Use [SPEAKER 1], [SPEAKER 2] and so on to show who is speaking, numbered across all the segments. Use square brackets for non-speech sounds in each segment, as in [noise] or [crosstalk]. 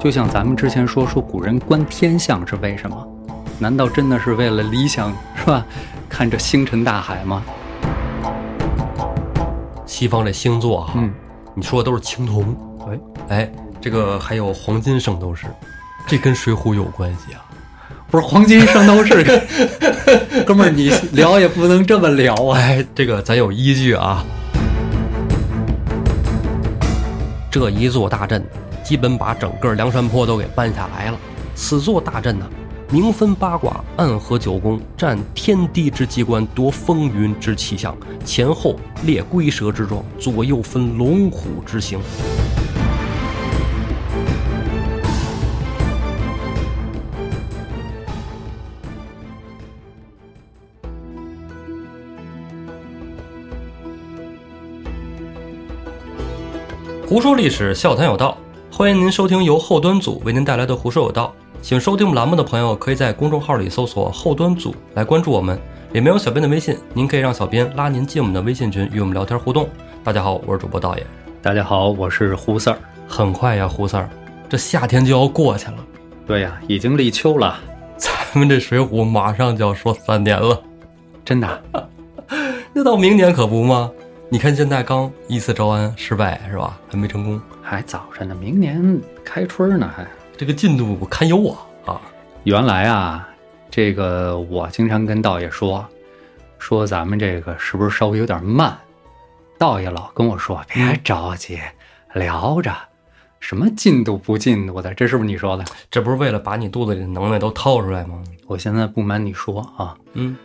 [SPEAKER 1] 就像咱们之前说，说古人观天象是为什么？难道真的是为了理想是吧？看着星辰大海吗？
[SPEAKER 2] 西方这星座啊，
[SPEAKER 1] 嗯，
[SPEAKER 2] 你说的都是青铜，
[SPEAKER 1] 哎
[SPEAKER 2] 哎，这个还有黄金圣斗士，这跟水浒有关系啊？
[SPEAKER 1] 不是黄金圣斗 [laughs] 士，哥们儿，你聊也不能这么聊啊！
[SPEAKER 2] 哎，这个咱有依据啊。这一座大阵，基本把整个梁山泊都给搬下来了。此座大阵呢、明分八卦，暗合九宫，占天地之机关，夺风云之气象，前后列龟蛇之状，左右分龙虎之形。胡说历史，笑谈有道。欢迎您收听由后端组为您带来的《胡说有道》。喜欢收听我们栏目的朋友，可以在公众号里搜索“后端组”来关注我们，里面有小编的微信，您可以让小编拉您进我们的微信群，与我们聊天互动。大家好，我是主播导演。
[SPEAKER 1] 大家好，我是胡四儿。
[SPEAKER 2] 很快呀，胡四儿，这夏天就要过去了， [laughs]
[SPEAKER 1] 对呀、已经立秋了，
[SPEAKER 2] 咱们这《水浒》马上就要说三年了，
[SPEAKER 1] 真的。
[SPEAKER 2] 那到明年可不吗？你看现在刚一次招安失败是吧？还没成功，
[SPEAKER 1] 还早着呢，明年开春呢还。
[SPEAKER 2] 这个进度我堪忧啊啊！
[SPEAKER 1] 原来啊，这个我经常跟道爷说，说咱们这个是不是稍微有点慢？道爷老跟我说别着急，聊着，什么进度不进度的，这是不是你说的？
[SPEAKER 2] 这不是为了把你肚子里的能耐都掏出来吗？
[SPEAKER 1] 我现在不瞒你说啊，
[SPEAKER 2] 嗯，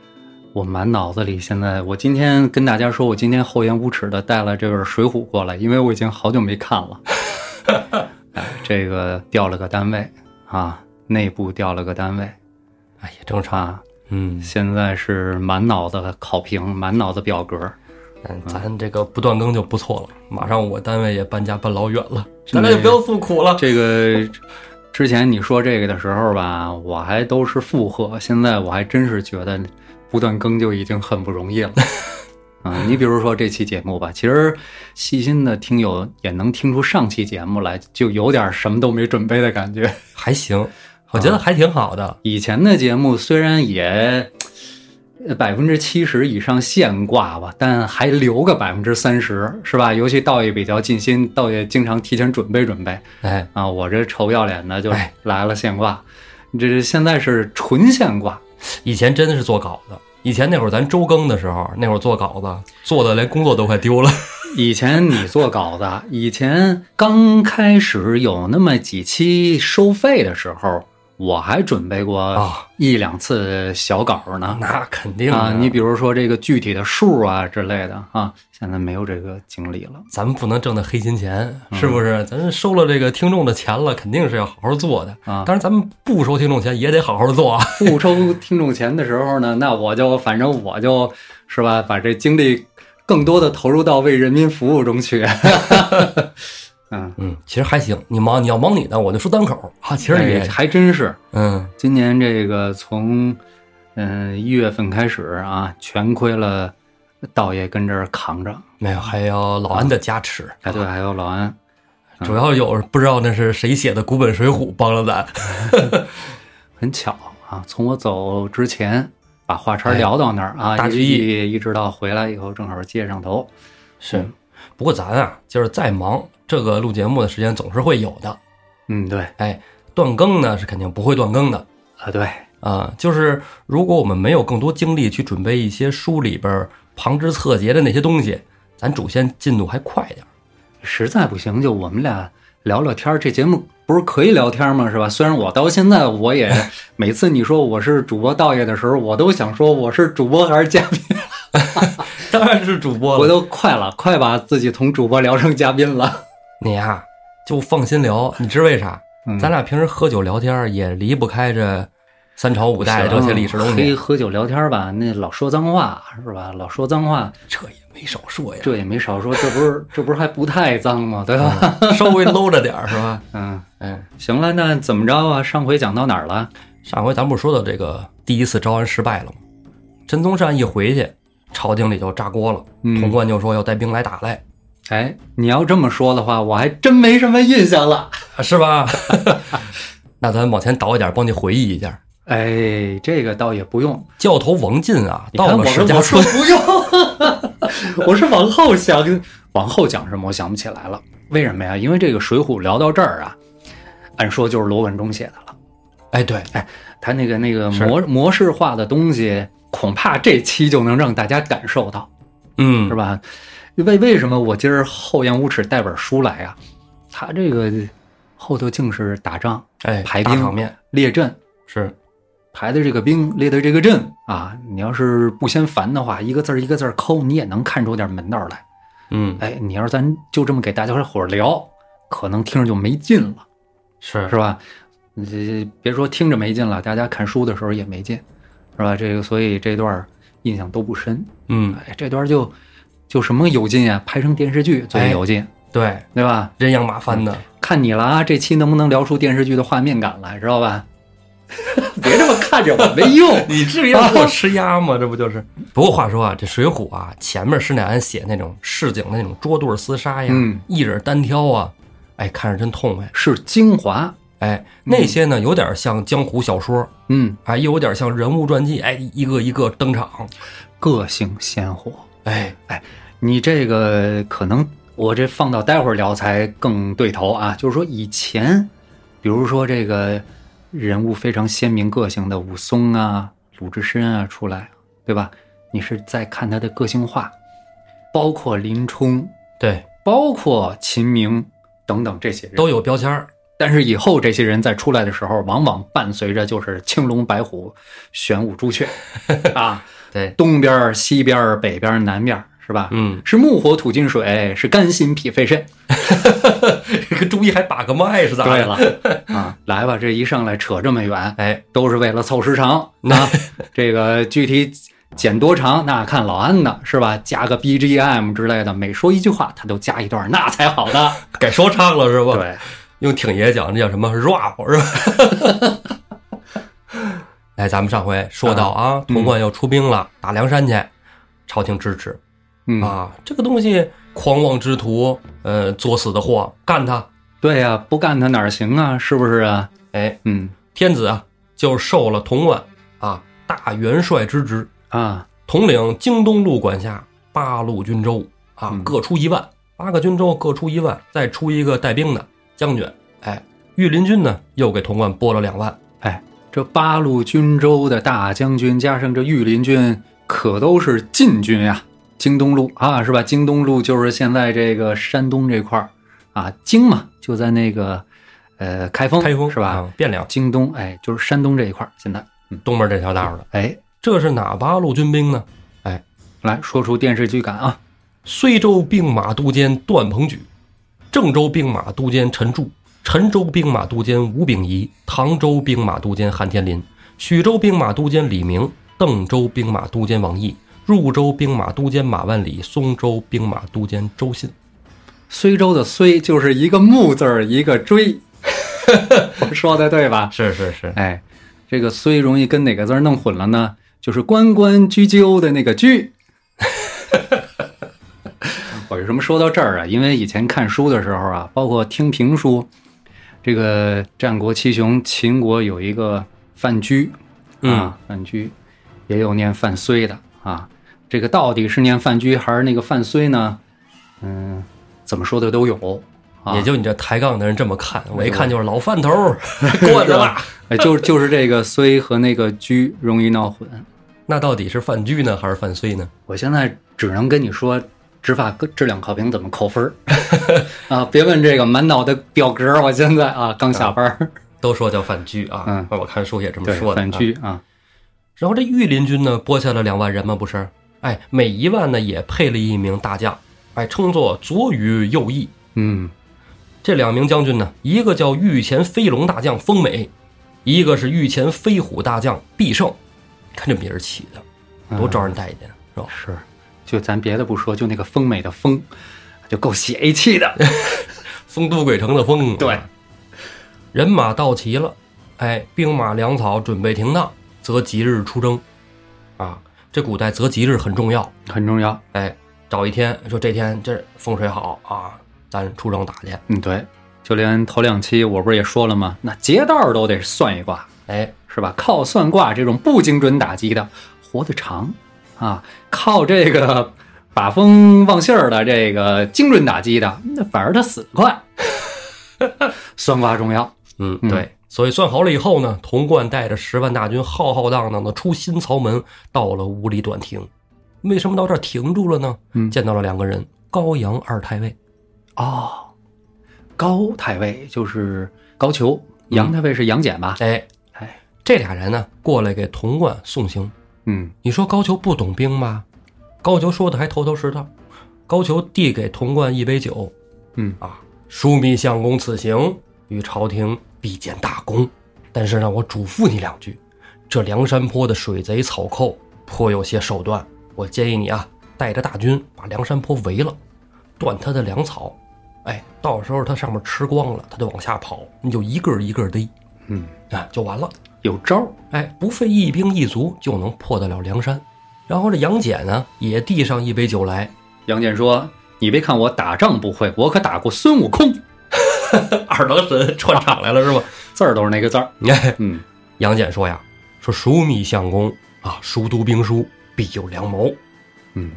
[SPEAKER 1] 我满脑子里现在，我今天跟大家说，我今天厚颜无耻的带了这本《水浒》过来，因为我已经好久没看 [laughs] 了。哎，这个调了个单位啊，内部调了个单位
[SPEAKER 2] 哎，也正常。
[SPEAKER 1] 啊，
[SPEAKER 2] 嗯，
[SPEAKER 1] 现在是满脑子考评，满脑子表格。
[SPEAKER 2] 嗯，咱这个不断更就不错了。马上我单位也搬家搬老远了，大家就不要诉苦了。
[SPEAKER 1] 这个之前你说这个的时候吧，我还都是附和，现在我还真是觉得不断更就已经很不容易了。啊、你比如说这期节目吧，其实细心的听友也能听出上期节目来，就有点什么都没准备的感觉。
[SPEAKER 2] 还行，啊我觉得还挺好的。
[SPEAKER 1] 以前的节目虽然也百分之七十以上现挂吧，但还留个百分之三十，是吧？尤其道爷比较尽心，道爷经常提前准备准备，
[SPEAKER 2] 哎，
[SPEAKER 1] 啊，我这臭不要脸的就
[SPEAKER 2] 哎
[SPEAKER 1] 来了现挂，这是现在是纯现挂，
[SPEAKER 2] 以前真的是做稿子，以前那会儿咱周更的时候，那会儿做稿子做的连工作都快丢了。
[SPEAKER 1] 以前你做稿子， [laughs] 以前刚开始有那么几期收费的时候，我还准备过
[SPEAKER 2] 啊
[SPEAKER 1] 一两次小稿呢。
[SPEAKER 2] [laughs] 那肯定
[SPEAKER 1] 啊，你比
[SPEAKER 2] 如
[SPEAKER 1] 如说这个具体的数啊之类的啊，现在没有这个精力了。
[SPEAKER 2] 咱们不能挣那黑心钱，是不是？咱收了这个听众的钱了，肯定是要好好做的。
[SPEAKER 1] 啊
[SPEAKER 2] 当然，咱们不收听众钱也得好好做啊。
[SPEAKER 1] 不抽听众钱的时候呢，那我就反正我就是吧，把这精力更多的投入到为人民服务中
[SPEAKER 2] [laughs]
[SPEAKER 1] 去。嗯，
[SPEAKER 2] 嗯， [laughs] 其实还行。你忙，你要忙你的，我就说单口啊。其实
[SPEAKER 1] 哎
[SPEAKER 2] 也，
[SPEAKER 1] 还真是，
[SPEAKER 2] 嗯，
[SPEAKER 1] 今年这个从嗯一月份开始啊，全亏了道爷跟这儿扛着，
[SPEAKER 2] 没有，还有老安的加持。
[SPEAKER 1] 哎对，还有老安，
[SPEAKER 2] 主要有不知道那是谁写的古本《水浒》帮了咱。
[SPEAKER 1] 很巧啊，从我走之前把话茬聊到那儿啊，
[SPEAKER 2] 哎大
[SPEAKER 1] 一
[SPEAKER 2] 聚义
[SPEAKER 1] 一一直到回来以后正好接上头，
[SPEAKER 2] [laughs] 是，不过咱啊，就是再忙，这个录节目的时间总是会有的。
[SPEAKER 1] 嗯对
[SPEAKER 2] 哎，断更呢是肯定不会断更的
[SPEAKER 1] 啊对，
[SPEAKER 2] 啊、就是如果我们没有更多精力去准备一些书里边旁枝侧节的那些东西，咱主线进度还快点儿。
[SPEAKER 1] 实在不行就我们俩聊聊天儿，这节目不是可以聊天吗？是吧？虽然我到现在我也每次你说我是主播道爷的时候，我都想说我是主播还是嘉宾，
[SPEAKER 2] [laughs]
[SPEAKER 1] [laughs]
[SPEAKER 2] 当然是主播
[SPEAKER 1] 我
[SPEAKER 2] 了，
[SPEAKER 1] 都快了，快把自己从主播聊成嘉宾了。
[SPEAKER 2] 你呀、就放心聊，你知为啥？
[SPEAKER 1] 嗯
[SPEAKER 2] 咱俩平时喝酒聊天儿也离不开这三朝五代这些历史东
[SPEAKER 1] 黑
[SPEAKER 2] 西，
[SPEAKER 1] 喝酒聊天吧，那老说脏话是吧？老说脏话，
[SPEAKER 2] 这也没少说呀。
[SPEAKER 1] 这也没少说，这不是这不是还不太脏吗？对吧？
[SPEAKER 2] 稍微搂着点儿是吧？
[SPEAKER 1] [laughs] 嗯，
[SPEAKER 2] 嗯，
[SPEAKER 1] 行了，那怎么着啊？上回讲到哪儿了？
[SPEAKER 2] 上回咱不是说到这个第一次招安失败了吗？陈宗善一回去，朝廷里就炸锅了，
[SPEAKER 1] 嗯
[SPEAKER 2] 童贯就说要带兵来打来。
[SPEAKER 1] 哎，你要这么说的话，我还真没什么印象了。
[SPEAKER 2] 啊是吧？ [laughs] 那咱往前倒一点，帮你回忆一下。
[SPEAKER 1] 哎，这个倒也不用，
[SPEAKER 2] 教头王进啊，
[SPEAKER 1] 你
[SPEAKER 2] 到
[SPEAKER 1] 看
[SPEAKER 2] 了
[SPEAKER 1] 我
[SPEAKER 2] 石
[SPEAKER 1] 是
[SPEAKER 2] 家
[SPEAKER 1] 我是
[SPEAKER 2] 村，
[SPEAKER 1] 不用， [laughs] 我是往后想，往后讲什么我想不起来了。为什么呀？因为这个《水浒》聊到这儿啊，按说就是罗贯中写的了。
[SPEAKER 2] 哎，对，
[SPEAKER 1] 他那个那个
[SPEAKER 2] 是
[SPEAKER 1] 模模式化的东西，恐怕这期就能让大家感受到，
[SPEAKER 2] 嗯，
[SPEAKER 1] 是吧？为为什么我今儿厚颜无耻带本书来啊？他这个后头竟是打仗、
[SPEAKER 2] 哎，
[SPEAKER 1] 排
[SPEAKER 2] 大
[SPEAKER 1] 兵
[SPEAKER 2] 场面
[SPEAKER 1] 列阵，
[SPEAKER 2] 是，
[SPEAKER 1] 排的这个兵，列的这个阵啊，你要是不嫌烦的话，一个字儿一个字儿抠，你也能看出点门道来。
[SPEAKER 2] 嗯，
[SPEAKER 1] 哎，你要是咱就这么给大家伙儿聊，可能听着就没劲了，
[SPEAKER 2] 是
[SPEAKER 1] 是吧？你这别说听着没劲了，大家看书的时候也没劲，是吧？这个所以这段儿印象都不深。
[SPEAKER 2] 嗯，
[SPEAKER 1] 哎，这段儿就就什么有劲呀、拍成电视剧最有劲，
[SPEAKER 2] 对，
[SPEAKER 1] 对吧？
[SPEAKER 2] 人仰马翻的，
[SPEAKER 1] 看你了啊，这期能不能聊出电视剧的画面感来，知道吧？ [laughs] 别这么看着我，没用。
[SPEAKER 2] 你至于 [laughs] 让我吃鸭吗？这不就是？不过话说啊，这《水浒》啊，前面施耐庵写那种市井的那种捉对厮杀呀，
[SPEAKER 1] 嗯
[SPEAKER 2] 一人单挑啊，哎，看着真痛快。
[SPEAKER 1] 是精华，
[SPEAKER 2] 哎，那些呢，有点像江湖小说，
[SPEAKER 1] 嗯，
[SPEAKER 2] 哎，又有点像人物传记，哎，一个一个登场，
[SPEAKER 1] 个性鲜活。
[SPEAKER 2] 哎，
[SPEAKER 1] 你这个可能我这放到待会儿聊才更对头啊，就是说以前，比如说这个人物非常鲜明个性的武松啊、鲁智深啊出来，对吧？你是在看他的个性化，包括林冲，
[SPEAKER 2] 对，
[SPEAKER 1] 包括秦明等等这些人。
[SPEAKER 2] 都有标签儿，
[SPEAKER 1] 但是以后这些人在出来的时候，往往伴随着就是青龙白虎、玄武朱雀啊。
[SPEAKER 2] 对，
[SPEAKER 1] 东边儿、西边儿、北边儿、南边儿，是吧？
[SPEAKER 2] 嗯， [laughs]
[SPEAKER 1] 是木火土金水，是肝心脾肺肾。
[SPEAKER 2] 这个中医还把个脉是咋的？，
[SPEAKER 1] 了， [laughs] 啊，来吧，这一上来扯这么远，
[SPEAKER 2] 哎，
[SPEAKER 1] 都是为了凑时长啊。这个具体剪多长，那看老安的是吧？加个 BGM 之类的，每说一句话，他都加一段，那才好呢。
[SPEAKER 2] 改说唱了是吧？，
[SPEAKER 1] 对，
[SPEAKER 2] 用挺爷讲这叫什么 rap 是吧？ [laughs] 哎，咱们上回说到啊，
[SPEAKER 1] 嗯
[SPEAKER 2] 童贯要出兵了，打梁山去，朝廷支持
[SPEAKER 1] 嗯，
[SPEAKER 2] 啊，这个东西狂妄之徒，呃，作死的货，干他！
[SPEAKER 1] 对呀、不干他哪儿行啊？是不是啊？
[SPEAKER 2] 哎，
[SPEAKER 1] 嗯
[SPEAKER 2] 天子啊，就受了童贯啊大元帅之职，
[SPEAKER 1] 啊，
[SPEAKER 2] 统领京东路管辖八路军州啊
[SPEAKER 1] 嗯，
[SPEAKER 2] 各出一万，八个军州各出一万，再出一个带兵的将军。哎，御林军呢又给童贯拨了两万，
[SPEAKER 1] 这八路军州的大将军，加上这御林军，可都是禁军呀、京东路啊，是吧？京东路就是现在这个山东这块儿啊，京嘛，就在那个呃开封，
[SPEAKER 2] 开封
[SPEAKER 1] 是吧？
[SPEAKER 2] 啊汴梁
[SPEAKER 1] 京东，哎，就是山东这一块儿。现在，
[SPEAKER 2] 东边这条道的，
[SPEAKER 1] 哎，
[SPEAKER 2] 这是哪八路军兵呢？哎
[SPEAKER 1] 来说出电视剧感啊，
[SPEAKER 2] 虽州兵马都监段鹏举，郑州兵马都监陈柱，陈州兵马都监吴秉仪，唐州兵马都监韩天林，许州兵马都监李明，邓州兵马都监王毅，入州兵马都监马万里，松州兵马都监周信。
[SPEAKER 1] 虽州的虽就是一个木字儿，一个追， [laughs] 我说的对吧？
[SPEAKER 2] 是是是，
[SPEAKER 1] 哎，这个虽容易跟哪个字儿弄混了呢？就是关关雎鸠的那个雎。 [laughs] 我为什么说到这儿啊？因为以前看书的时候啊，包括听评书，这个战国七雄，秦国有一个范雎
[SPEAKER 2] 嗯
[SPEAKER 1] 啊，范雎也有念范睢的啊。这个到底是念范雎还是那个范睢呢？嗯，怎么说的都有啊，
[SPEAKER 2] 也就你这抬杠的人这么看，我一
[SPEAKER 1] 是吧
[SPEAKER 2] 看就是老饭头儿，惯着了。
[SPEAKER 1] 哎，就是就是这个睢和那个雎容易闹混。
[SPEAKER 2] 那到底是范雎呢，还是范睢呢？
[SPEAKER 1] 我现在只能跟你说，执法质量考评怎么扣分儿啊！别问这个满脑袋表格儿，我现在啊刚下班儿，
[SPEAKER 2] 都说叫范雎啊，
[SPEAKER 1] 嗯
[SPEAKER 2] 我看书也这么
[SPEAKER 1] 对，
[SPEAKER 2] 说的。
[SPEAKER 1] 反居啊，
[SPEAKER 2] 然后这御林军呢，拨下了两万人嘛，不是？哎，每一万呢也配了一名大将，哎，称作左羽右翼。
[SPEAKER 1] 嗯，
[SPEAKER 2] 这两名将军呢，一个叫御前飞龙大将丰美，一个是御前飞虎大将必胜。看这名儿起
[SPEAKER 1] 嗯
[SPEAKER 2] 的，多招人待见，是吧？
[SPEAKER 1] 是，就咱别的不说，就那个丰美的丰，就够邪气的，
[SPEAKER 2] 丰都鬼城的丰。
[SPEAKER 1] 对，
[SPEAKER 2] 人马到齐了，哎，兵马粮草准备停当，择吉日出征。啊，这古代择吉日很重要。
[SPEAKER 1] 很重要。
[SPEAKER 2] 哎，找一天，说这天这风水好啊，咱出城打去。
[SPEAKER 1] 嗯，对，就连头两期我不是也说了吗？那劫道都得算一卦，
[SPEAKER 2] 哎，
[SPEAKER 1] 是吧？靠算卦这种不精准打击的，活得长啊；靠这个把风忘信儿的，这个精准打击的，那反而他死得快。 [laughs] 算卦重要，
[SPEAKER 2] 嗯，对，所以算好了以后呢，童贯带着十万大军浩浩荡荡的出新曹门，到了五里短亭。为什么到这儿停住了呢？
[SPEAKER 1] 嗯
[SPEAKER 2] 见到了两个人，高阳二太尉。
[SPEAKER 1] 哦，高太尉就是高俅，杨太尉是杨戬吧？
[SPEAKER 2] 哎，
[SPEAKER 1] 哎，
[SPEAKER 2] 这俩人呢过来给童贯送行。
[SPEAKER 1] 嗯
[SPEAKER 2] 你说高俅不懂兵吧？高俅说的还头头是道。高俅递给童贯一杯酒，
[SPEAKER 1] 嗯
[SPEAKER 2] 啊，枢密相公此行与朝廷必见大功，但是呢，我嘱咐你两句，这梁山坡的水贼草寇颇有些手段，我建议你啊，带着大军把梁山坡围了，断他的粮草，哎，到时候他上面吃光了，他就往下跑，你就一个儿一个儿逮，
[SPEAKER 1] 嗯，
[SPEAKER 2] 啊，就完了。
[SPEAKER 1] 有招儿，
[SPEAKER 2] 哎，不费一兵一卒就能破得了梁山。然后这杨戬呢，也递上一杯酒来， [laughs]
[SPEAKER 1] 杨戬说：“你别看我打仗不会，我可打过孙悟空，
[SPEAKER 2] 二郎神串场来了是吧？
[SPEAKER 1] 字儿都是那个字儿。
[SPEAKER 2] [laughs] 哎，”
[SPEAKER 1] 嗯，
[SPEAKER 2] 杨戬说呀：“说枢密相公啊，熟读兵书，必有良谋。
[SPEAKER 1] 嗯，”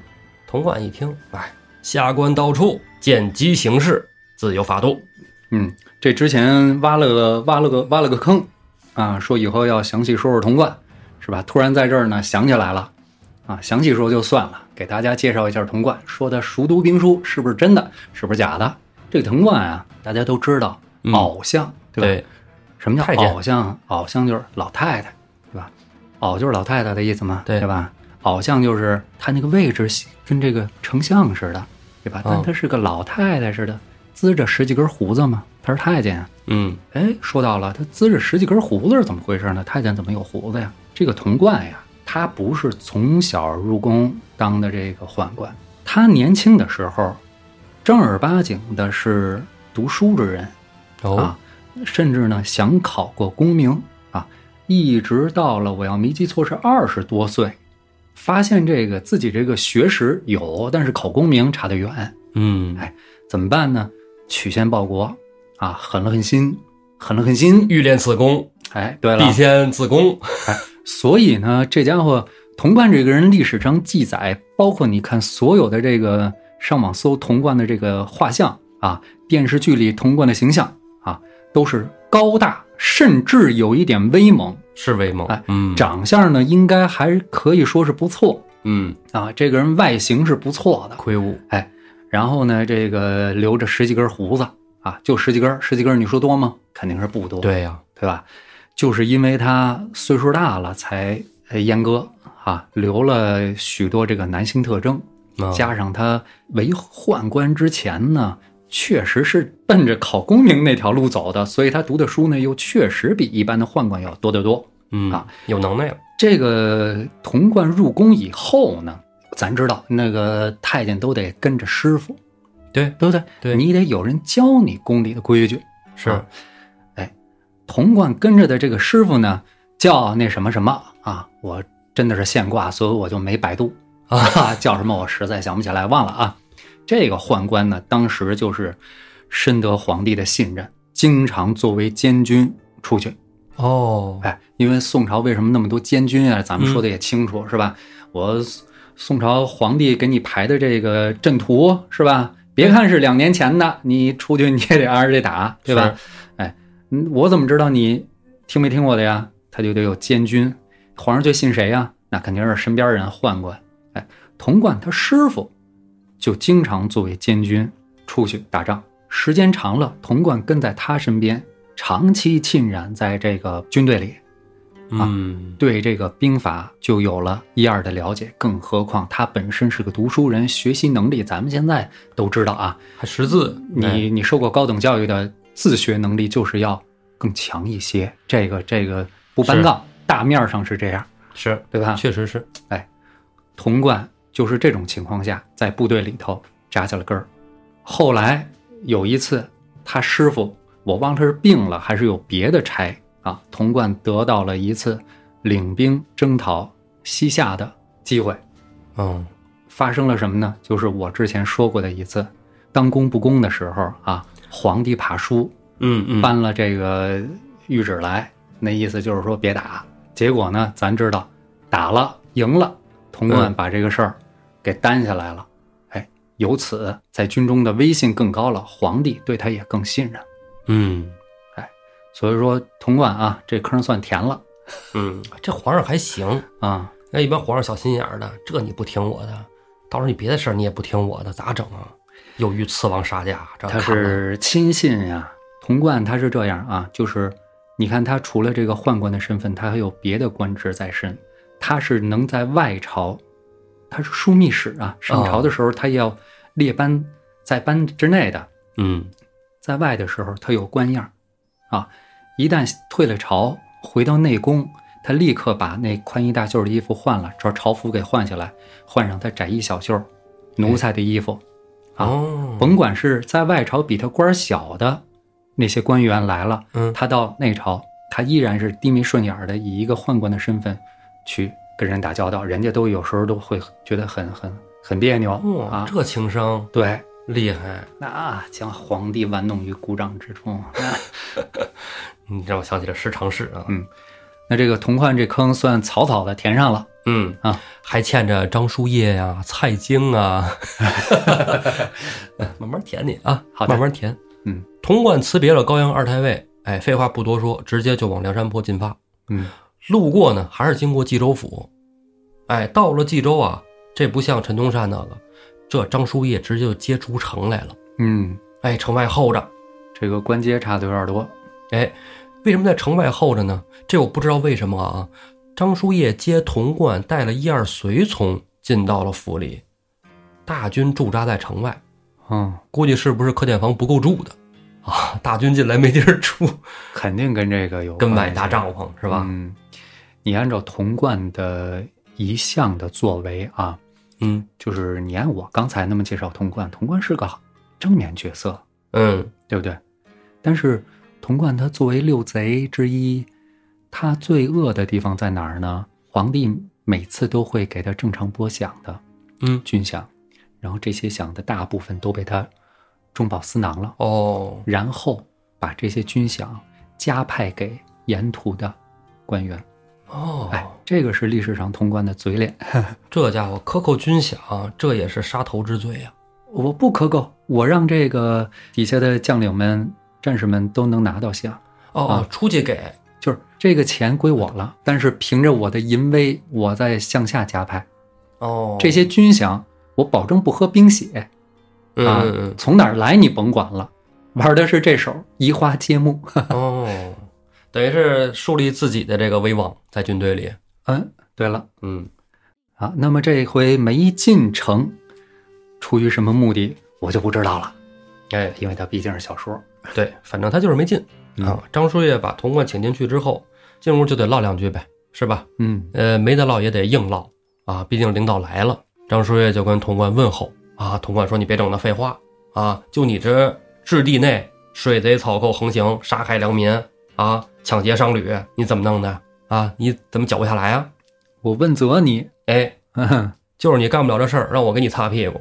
[SPEAKER 2] 童贯一听，哎，下官到处见机行事，自有法度。
[SPEAKER 1] 嗯，这之前挖了个挖了个挖了个坑啊，说以后要详细说说童贯，是吧？突然在这儿呢想起来了啊，详细说就算了，给大家介绍一下童贯，说他熟读兵书是不是真的，是不是假的？这个童贯啊，大家都知道，
[SPEAKER 2] 嗯
[SPEAKER 1] 偶像对吧？
[SPEAKER 2] 对，
[SPEAKER 1] 什么
[SPEAKER 2] 太
[SPEAKER 1] 叫
[SPEAKER 2] 监
[SPEAKER 1] 偶像？偶像就是老太太，对吧？偶就是老太太的意思嘛，
[SPEAKER 2] 对
[SPEAKER 1] 对吧？偶像就是她那个位置跟这个丞相似的，对吧？
[SPEAKER 2] 哦
[SPEAKER 1] 但她是个老太太似的，滋着十几根胡子嘛，她是太监啊。
[SPEAKER 2] 嗯，
[SPEAKER 1] 哎，说到了，她滋着十几根胡子是怎么回事呢？太监怎么有胡子呀？这个童贯呀，他不是从小入宫当的这个宦官，他年轻的时候正儿八经的是读书之人，
[SPEAKER 2] 哦，
[SPEAKER 1] 啊，甚至呢想考过功名啊，一直到了我要没记错是二十多岁，发现这个自己这个学识有，但是考功名差得远，
[SPEAKER 2] 嗯，
[SPEAKER 1] 哎怎么办呢？曲线报国啊，狠了狠心，狠了狠心。
[SPEAKER 2] 欲练此功，
[SPEAKER 1] 哎，对了
[SPEAKER 2] 必，先自宫。
[SPEAKER 1] 所以呢，这家伙童贯这个人历史上记载，包括你看所有的这个上网搜童贯的这个画像啊，电视剧里童贯的形象啊，都是高大，甚至有一点威猛，
[SPEAKER 2] 是威猛
[SPEAKER 1] 哎，
[SPEAKER 2] 嗯，，
[SPEAKER 1] 长相呢应该还可以说是不错
[SPEAKER 2] 嗯，
[SPEAKER 1] 啊，这个人外形是不错的，
[SPEAKER 2] 魁梧，
[SPEAKER 1] 哎，然后呢，这个留着十几根胡子啊，就十几根，十几根，你说多吗？肯定是不多，
[SPEAKER 2] 对呀，
[SPEAKER 1] 对吧？就是因为他岁数大了才呃阉割啊，留了许多这个男性特征，
[SPEAKER 2] 啊
[SPEAKER 1] 加上他为宦官之前呢，确实是奔着考功名那条路走的，所以他读的书呢又确实比一般的宦官要多得多。
[SPEAKER 2] 嗯
[SPEAKER 1] 啊，
[SPEAKER 2] 有能耐了，
[SPEAKER 1] 这个童贯入宫以后呢，咱知道那个太监都得跟着师傅，
[SPEAKER 2] 对，
[SPEAKER 1] 对不对？
[SPEAKER 2] 对
[SPEAKER 1] 你得有人教你宫里的规矩。
[SPEAKER 2] 是
[SPEAKER 1] 啊，童贯跟着的这个师傅呢，叫那什么什么啊，我真的是现挂，所以我就没百
[SPEAKER 2] [laughs]
[SPEAKER 1] 度啊，叫什么我实在想不起来，忘了啊。这个宦官呢，当时就是深得皇帝的信任，经常作为监军出去。
[SPEAKER 2] 哦，
[SPEAKER 1] 哎，因为宋朝为什么那么多监军啊？咱们说的也清楚，是吧？我宋朝皇帝给你排的这个阵图，是吧？别看是两年前的，你出去你也得挨着打，对吧？哎，嗯我怎么知道你听没听我的呀？他就得有监军，皇上最信谁呀？那肯定是身边人宦官。哎，童贯他师傅就经常作为监军出去打仗，时间长了，童贯跟在他身边，长期浸染在这个军队里，
[SPEAKER 2] 嗯，
[SPEAKER 1] 对这个兵法就有了一二的了解。更何况他本身是个读书人，学习能力咱们现在都知道啊，
[SPEAKER 2] 还识字，哎
[SPEAKER 1] 你你受过高等教育的自学能力就是要更强一些。这个这个不搬
[SPEAKER 2] 是
[SPEAKER 1] 杠，大面上是这样，
[SPEAKER 2] 是，
[SPEAKER 1] 对吧？
[SPEAKER 2] 确实是，
[SPEAKER 1] 童贯就是这种情况下在部队里头扎下了根儿。后来有一次，他师傅我忘了他是病了还是有别的差啊，童贯得到了一次领兵征讨西夏的机会，
[SPEAKER 2] 嗯，
[SPEAKER 1] 发生了什么呢？就是我之前说过的一次，当公不公的时候啊，皇帝怕输，
[SPEAKER 2] 嗯嗯，
[SPEAKER 1] 搬了这个谕旨来，那意思就是说别打。结果呢，咱知道打了赢了，童贯
[SPEAKER 2] 嗯
[SPEAKER 1] 把这个事儿给担下来了。哎，由此在军中的威信更高了，皇帝对他也更信任。
[SPEAKER 2] 嗯
[SPEAKER 1] 所以说，童贯啊，这坑算填了
[SPEAKER 2] 嗯，这皇上还行，
[SPEAKER 1] 啊。
[SPEAKER 2] 那一般皇上小心眼儿的，这你不听我的，到时候你别的事儿你也不听我的，咋整啊？又遇刺王杀驾，这
[SPEAKER 1] 啊他
[SPEAKER 2] 砍啊了
[SPEAKER 1] 是亲信呀、童贯他是这样啊，就是你看他除了这个宦官的身份，他还有别的官职在身，他是能在外朝，他是枢密使啊，上朝的时候他要列班在班之内的，
[SPEAKER 2] 嗯
[SPEAKER 1] 在外的时候他有官样儿啊，一旦退了朝，回到内宫。他立刻把那宽衣大袖的衣服换了，朝朝服给换下来，换上他窄衣小袖儿，奴才的衣服，啊
[SPEAKER 2] 哦，
[SPEAKER 1] 甭管是在外朝比他官儿小的那些官员来了，
[SPEAKER 2] 嗯
[SPEAKER 1] 他到内朝，他依然是低眉顺眼儿的，以一个宦官的身份去跟人打交道，人家都有时候都会觉得很很很别扭、
[SPEAKER 2] 哇，
[SPEAKER 1] 啊。
[SPEAKER 2] 这情商
[SPEAKER 1] 对，
[SPEAKER 2] 厉害，
[SPEAKER 1] 那将皇帝玩弄于股掌之中。啊那
[SPEAKER 2] 你让我想起了十常侍啊，
[SPEAKER 1] 嗯那这个童贯这坑算草草的填上了。
[SPEAKER 2] 嗯
[SPEAKER 1] 啊，
[SPEAKER 2] 还欠着张叔夜呀、蔡京啊，
[SPEAKER 1] [laughs]
[SPEAKER 2] 慢慢填你啊，
[SPEAKER 1] 好的
[SPEAKER 2] 慢慢填。
[SPEAKER 1] 嗯，
[SPEAKER 2] 童贯辞别了高阳二太尉，哎，废话不多说，直接就往梁山泊进发。
[SPEAKER 1] 嗯
[SPEAKER 2] 路过呢，还是经过冀州府，哎，到了冀州啊，这不像陈东善那个，这张叔夜直接就接诸城来了，
[SPEAKER 1] 嗯，
[SPEAKER 2] 哎，城外候着，
[SPEAKER 1] 这个关节差的有点多。
[SPEAKER 2] 哎，为什么在城外候着呢？这我不知道为什么啊。张叔夜接童贯，带了一二随从进到了府里，大军驻扎在城外，
[SPEAKER 1] 嗯，
[SPEAKER 2] 估计是不是可典房不够住的啊？大军进来没地儿住，
[SPEAKER 1] 肯定跟这个有
[SPEAKER 2] 跟
[SPEAKER 1] 关
[SPEAKER 2] 外
[SPEAKER 1] 系
[SPEAKER 2] 搭帐篷是吧？
[SPEAKER 1] 嗯，你按照童贯的一向的作为啊，
[SPEAKER 2] 嗯
[SPEAKER 1] 就是你按我刚才那么介绍童贯，童贯是个正面角色，
[SPEAKER 2] 嗯
[SPEAKER 1] 对不对？但是童贯他作为六贼之一，他罪恶的地方在哪儿呢？皇帝每次都会给他正常拨饷的
[SPEAKER 2] 嗯，
[SPEAKER 1] 军饷，然后这些饷的大部分都被他中饱私囊了，
[SPEAKER 2] 哦，
[SPEAKER 1] 然后把这些军饷加派给沿途的官员。
[SPEAKER 2] 哦，
[SPEAKER 1] 哎，这个是历史上童贯的嘴脸。
[SPEAKER 2] 这家伙克扣军饷，啊这也是杀头之罪呀、
[SPEAKER 1] 我不克扣，我让这个底下的将领们、战士们都能拿到饷，啊
[SPEAKER 2] 哦哦，出去给，
[SPEAKER 1] 就是这个钱归我了。但是凭着我的淫威，我在向下加派
[SPEAKER 2] 哦，
[SPEAKER 1] 这些军饷，我保证不喝冰血
[SPEAKER 2] 嗯
[SPEAKER 1] 啊
[SPEAKER 2] 嗯，
[SPEAKER 1] 从哪儿来你甭管了。玩的是这手，移花接木。 [laughs]
[SPEAKER 2] 嗯哦，等于是树立自己的这个威望在军队里，
[SPEAKER 1] 嗯，对了
[SPEAKER 2] 嗯
[SPEAKER 1] 啊，那么这回没进城，出于什么目的我就不知道了，，
[SPEAKER 2] 哎，
[SPEAKER 1] 因为它毕竟是小说。
[SPEAKER 2] 对，反正他就是没进啊。张叔夜把童贯请进去之后，进屋就得唠两句呗，是吧？
[SPEAKER 1] 嗯
[SPEAKER 2] 呃，没得唠也得硬唠啊，毕竟领导来了。张叔夜就跟童贯问候啊，童贯说：“你别整那废话啊，就你这质地内水贼草寇横行，杀害良民啊，抢劫商旅，你怎么弄的啊？你怎么搅不下来啊？
[SPEAKER 1] 我问责你。 [laughs]
[SPEAKER 2] 哎，
[SPEAKER 1] 嗯哼
[SPEAKER 2] 就是你干不了这事儿，让我给你擦屁股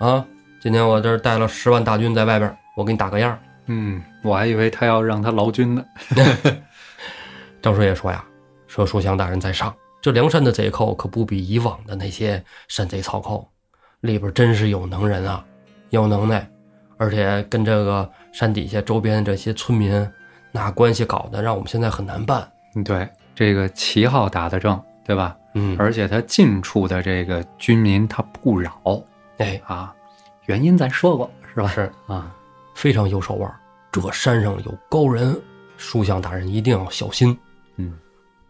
[SPEAKER 2] 啊！今天我这儿带了十万大军在外边儿，我给你打个样儿。”
[SPEAKER 1] 嗯，我还以为他要让他劳军呢。
[SPEAKER 2] 张顺也说呀：“说书香大人在上，这梁山的贼寇可不比以往的那些山贼草寇，里边真是有能人啊，有能耐，而且跟这个山底下周边这些村民那关系搞得，让我们现在很难办。
[SPEAKER 1] 嗯对，这个旗号打得正，对吧？
[SPEAKER 2] 嗯，
[SPEAKER 1] 而且他近处的这个军民他不扰
[SPEAKER 2] 哎，
[SPEAKER 1] 啊，原因咱说过是吧？
[SPEAKER 2] 是
[SPEAKER 1] 啊，
[SPEAKER 2] 非常有手腕，这山上有高人，书香大人一定要小心。”
[SPEAKER 1] 嗯，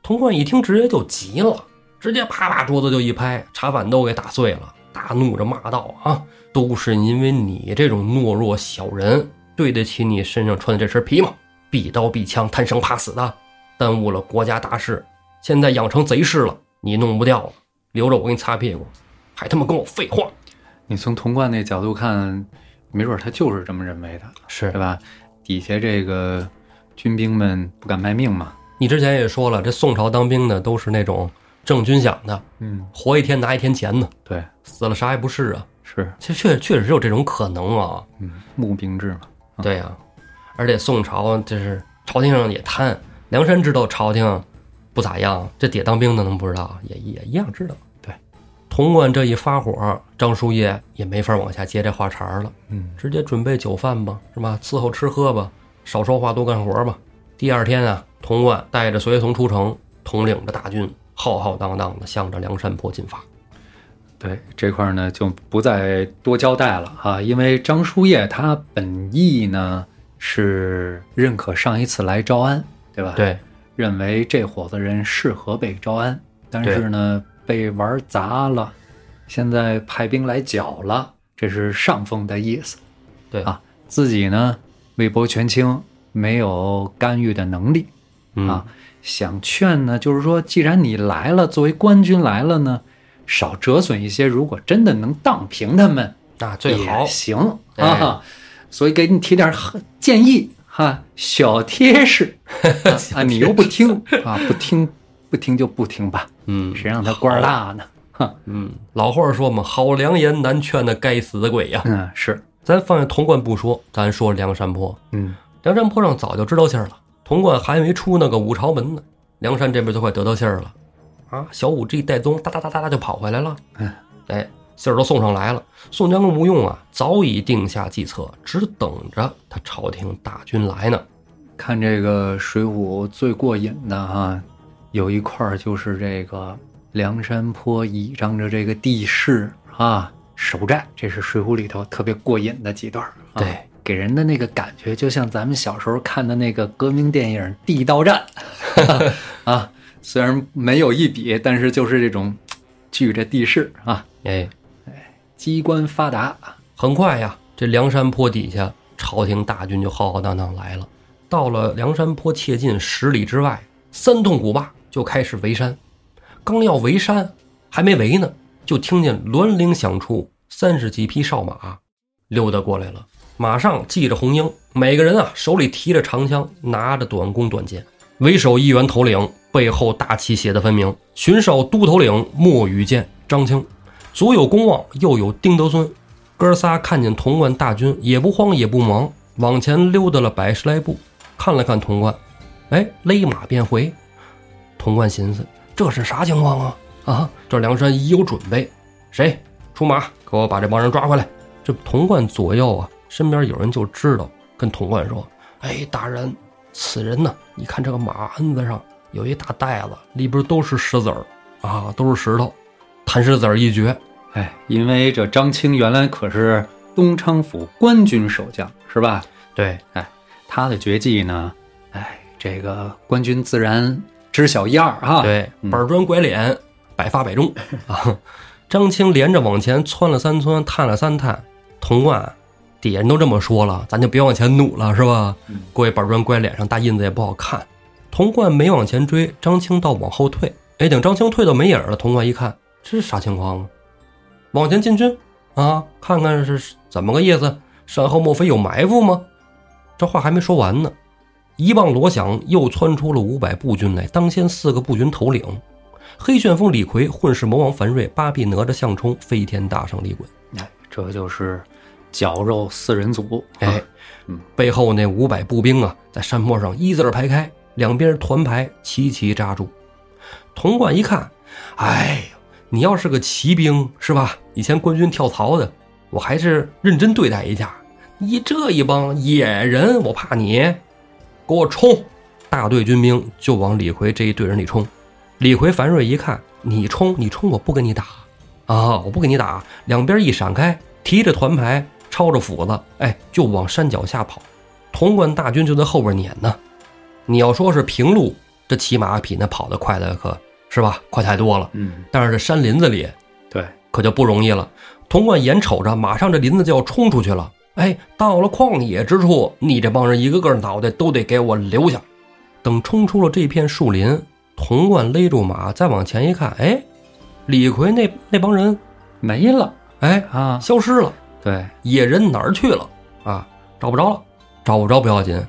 [SPEAKER 2] 童贯一听，直接就急了，直接啪把桌子就一拍，茶碗都给打碎了，大怒着骂道：“啊，都是因为你这种懦弱小人，对得起你身上穿的这身皮吗？避刀避枪，贪生怕死的，耽误了国家大事，现在养成贼势了，你弄不掉了，留着我给你擦屁股，还他妈跟我废话！
[SPEAKER 1] 你从童贯那角度看，没准他就是这么认为的，
[SPEAKER 2] 是
[SPEAKER 1] 对吧？底下这个军兵们不敢卖命嘛，
[SPEAKER 2] 你之前也说了，这宋朝当兵的都是那种郑军想的，
[SPEAKER 1] 嗯，
[SPEAKER 2] 活一天拿一天钱呢，
[SPEAKER 1] 对，
[SPEAKER 2] 死了啥也不是啊。
[SPEAKER 1] 是，
[SPEAKER 2] 确确确实有这种可能啊，
[SPEAKER 1] 嗯，募兵制嘛，
[SPEAKER 2] 对呀、而且宋朝就是朝廷上也贪，梁山知道朝廷不咋样，这爹当兵的能不知道？也也一样知道。
[SPEAKER 1] 对，
[SPEAKER 2] 潼关这一发火，张叔夜也没法往下接这话茬儿了。
[SPEAKER 1] 嗯
[SPEAKER 2] 直接准备酒饭吧，是吧？伺候吃喝吧，少说话多干活吧。第二天啊，童贯带着随从出城，统领着大军，浩浩荡荡的向着梁山泊进发。，
[SPEAKER 1] 对这块儿呢就不再多交代了啊，因为张叔夜他本意呢是认可上一次来招安，对吧？，
[SPEAKER 2] 对，
[SPEAKER 1] 认为这伙子人适合被招安，但是呢被玩砸了，现在派兵来剿了，这是上峰的意思。
[SPEAKER 2] 对
[SPEAKER 1] 啊，自己呢为博权倾，没有干预的能力，
[SPEAKER 2] 嗯
[SPEAKER 1] 啊，想劝呢，就是说，既然你来了，作为官军来了呢，少折损一些。如果真的能荡平他们，
[SPEAKER 2] 那最好
[SPEAKER 1] 也行
[SPEAKER 2] 哎
[SPEAKER 1] 啊。所以给你提点儿建议哈，小贴
[SPEAKER 2] [laughs]
[SPEAKER 1] 士啊啊，你又不听啊，不听不听就不听吧，
[SPEAKER 2] 嗯
[SPEAKER 1] 谁让他官儿大呢？哈，
[SPEAKER 2] 嗯，老话说嘛，好良言难劝的该死的鬼呀、
[SPEAKER 1] 嗯，是，
[SPEAKER 2] 咱放下童贯不说，咱说梁山泊。
[SPEAKER 1] 嗯，
[SPEAKER 2] 梁山坡上早就知道信儿了，童贯还没出那个五朝门呢，梁山这边就快得到信儿了，啊，小武这一戴宗哒哒哒哒哒就跑回来了，
[SPEAKER 1] 嗯，
[SPEAKER 2] 哎，信儿都送上来了。宋江跟吴用啊，早已定下计策，只等着他朝廷大军来呢。
[SPEAKER 1] 看这个《水浒》最过瘾的哈、有一块儿就是这个梁山坡倚仗着这个地势啊守寨，这是《水浒》里头特别过瘾的几段儿、啊。
[SPEAKER 2] 对，
[SPEAKER 1] 给人的那个感觉，就像咱们小时候看的那个革命电影《地道战》 [laughs] 啊，虽然没有一比，但是就是这种据着地势啊，
[SPEAKER 2] 哎，
[SPEAKER 1] 机关发达，
[SPEAKER 2] 很快呀，这梁山坡底下朝廷大军就浩浩荡荡来了。到了梁山坡切近十里之外，三洞古坝就开始围山。刚要围山，还没围呢，就听见銮铃响处，三十几匹哨马溜达过来了，马上系着红缨，每个人啊手里提着长枪，拿着短弓短剑。为首一员头领，背后大旗写的分明：巡守都头领莫羽见张清，左有公望，右有丁德孙，哥仨看见潼关大军，也不慌也不忙，往前溜达了百十来步，看了看潼关，哎，勒马便回。潼关寻思，这是啥情况啊？啊，这梁山已有准备，谁出马给我把这帮人抓回来？这潼关左右啊，身边有人就知道，跟潼关说：“哎，大人，此人呢？你看这个马鞍子上有一大袋子，里边都是石子儿啊，都是石头，弹石子儿一绝。
[SPEAKER 1] 哎，因为这张清原来可是东昌府官军守将，是吧？”
[SPEAKER 2] 对，
[SPEAKER 1] 他的绝技呢，哎，这个官军自然知晓一二哈。，
[SPEAKER 2] 对，
[SPEAKER 1] 嗯
[SPEAKER 2] 板砖拐脸，百发百
[SPEAKER 1] [laughs]
[SPEAKER 2] 中啊！张青连着往前窜了三窜，探了三探，童贯底下人都这么说了，咱就别往前努了，是吧
[SPEAKER 1] 嗯？
[SPEAKER 2] 过一板砖拐脸上大印子也不好看。童贯没往前追，张青倒往后退。哎，等张青退到没影儿了，童贯一看，这是啥情况啊？往前进军啊，看看是怎么个意思？山后莫非有埋伏吗？这话还没说完呢，一棒锣响，又窜出了五百步军来，当先四个步军头领，黑旋风李逵、混世魔王樊瑞、八臂哪吒项冲、飞天大圣李衮。
[SPEAKER 1] 哎，这就是绞肉四人组。
[SPEAKER 2] 哎
[SPEAKER 1] 啊，嗯
[SPEAKER 2] 背后那五百步兵啊，在山坡上一字儿排开，两边团排齐齐扎住。童贯一看，哎呦，你要是个骑兵是吧？以前官军跳槽的，我还是认真对待一下。你这一帮野人，我怕你，给我冲！大队军兵就往李逵这一队人里冲。李逵、樊瑞一看，你冲，你冲，我不跟你打啊，我不跟你打。两边一闪开，提着团牌，抄着斧子，哎，就往山脚下跑。潼关大军就在后边撵呢。你要说是平路，这骑马比那跑得快的可是吧，快太多了。
[SPEAKER 1] 嗯，
[SPEAKER 2] 但是这山林子里
[SPEAKER 1] 对，
[SPEAKER 2] 可就不容易了。童贯眼瞅着马上这林子就要冲出去了，哎，到了旷野之处，你这帮人一个个脑袋都得给我留下。等冲出了这片树林，童贯勒住马，再往前一看，哎，李逵那那帮人，
[SPEAKER 1] 没了
[SPEAKER 2] 哎，
[SPEAKER 1] 啊。
[SPEAKER 2] 消失了。
[SPEAKER 1] 对，
[SPEAKER 2] 野人哪儿去了啊？找不着了，找不着不要紧，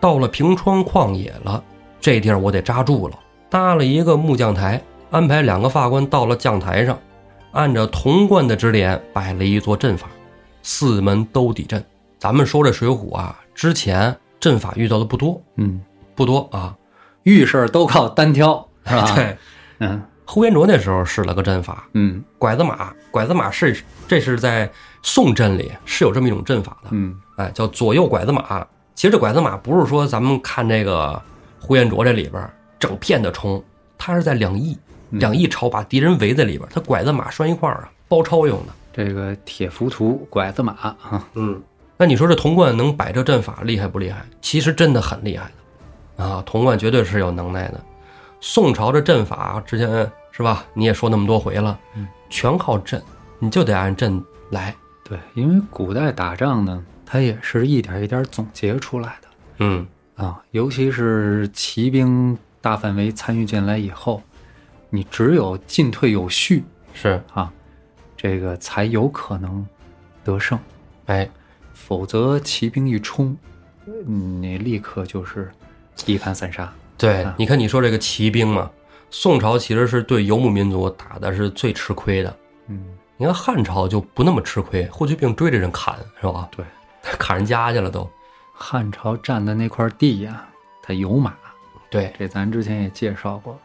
[SPEAKER 2] 到了平川旷野了，这地儿我得扎住了，搭了一个木匠台，安排两个法官到了将台上，按照童贯的指点摆了一座阵法，四门都抵阵。咱们说这《水浒》啊，之前阵法遇到的不多，
[SPEAKER 1] 嗯，
[SPEAKER 2] 不多啊。
[SPEAKER 1] 遇事儿都靠单挑，是吧？
[SPEAKER 2] [laughs] 对，
[SPEAKER 1] 嗯
[SPEAKER 2] 呼延灼那时候使了个阵法，
[SPEAKER 1] 嗯
[SPEAKER 2] 拐子马，拐子马是这是在宋阵里是有这么一种阵法的，
[SPEAKER 1] 嗯
[SPEAKER 2] 哎，叫左右拐子马。其实这拐子马不是说咱们看这个呼延灼这里边儿整片的冲，他是在两翼
[SPEAKER 1] 嗯
[SPEAKER 2] 两翼朝把敌人围在里边儿，他拐子马拴一块儿啊，包抄用的。
[SPEAKER 1] 这个铁浮屠、拐子马啊，
[SPEAKER 2] 嗯，那你说这童贯能摆这阵法厉害不厉害？其实真的很厉害的啊，童贯绝对是有能耐的。宋朝这阵法之前是吧？你也说那么多回了，全靠阵，你就得按阵来。
[SPEAKER 1] 对，因为古代打仗呢，它也是一点一点总结出来的。
[SPEAKER 2] 嗯
[SPEAKER 1] 啊，尤其是骑兵大范围参与进来以后，你只有进退有序
[SPEAKER 2] 是，
[SPEAKER 1] 啊，这个才有可能得胜，
[SPEAKER 2] 哎，
[SPEAKER 1] 否则骑兵一冲，你立刻就是一盘散沙。
[SPEAKER 2] 对
[SPEAKER 1] 啊，
[SPEAKER 2] 你看你说这个骑兵嘛，宋朝其实是对游牧民族打的是最吃亏的。
[SPEAKER 1] 嗯，
[SPEAKER 2] 你看汉朝就不那么吃亏，霍去病追着人砍是吧？ [laughs]
[SPEAKER 1] 对，
[SPEAKER 2] 砍人家去了都。
[SPEAKER 1] 汉朝占的那块地呀、它有马，
[SPEAKER 2] 对，
[SPEAKER 1] 这咱之前也介绍过。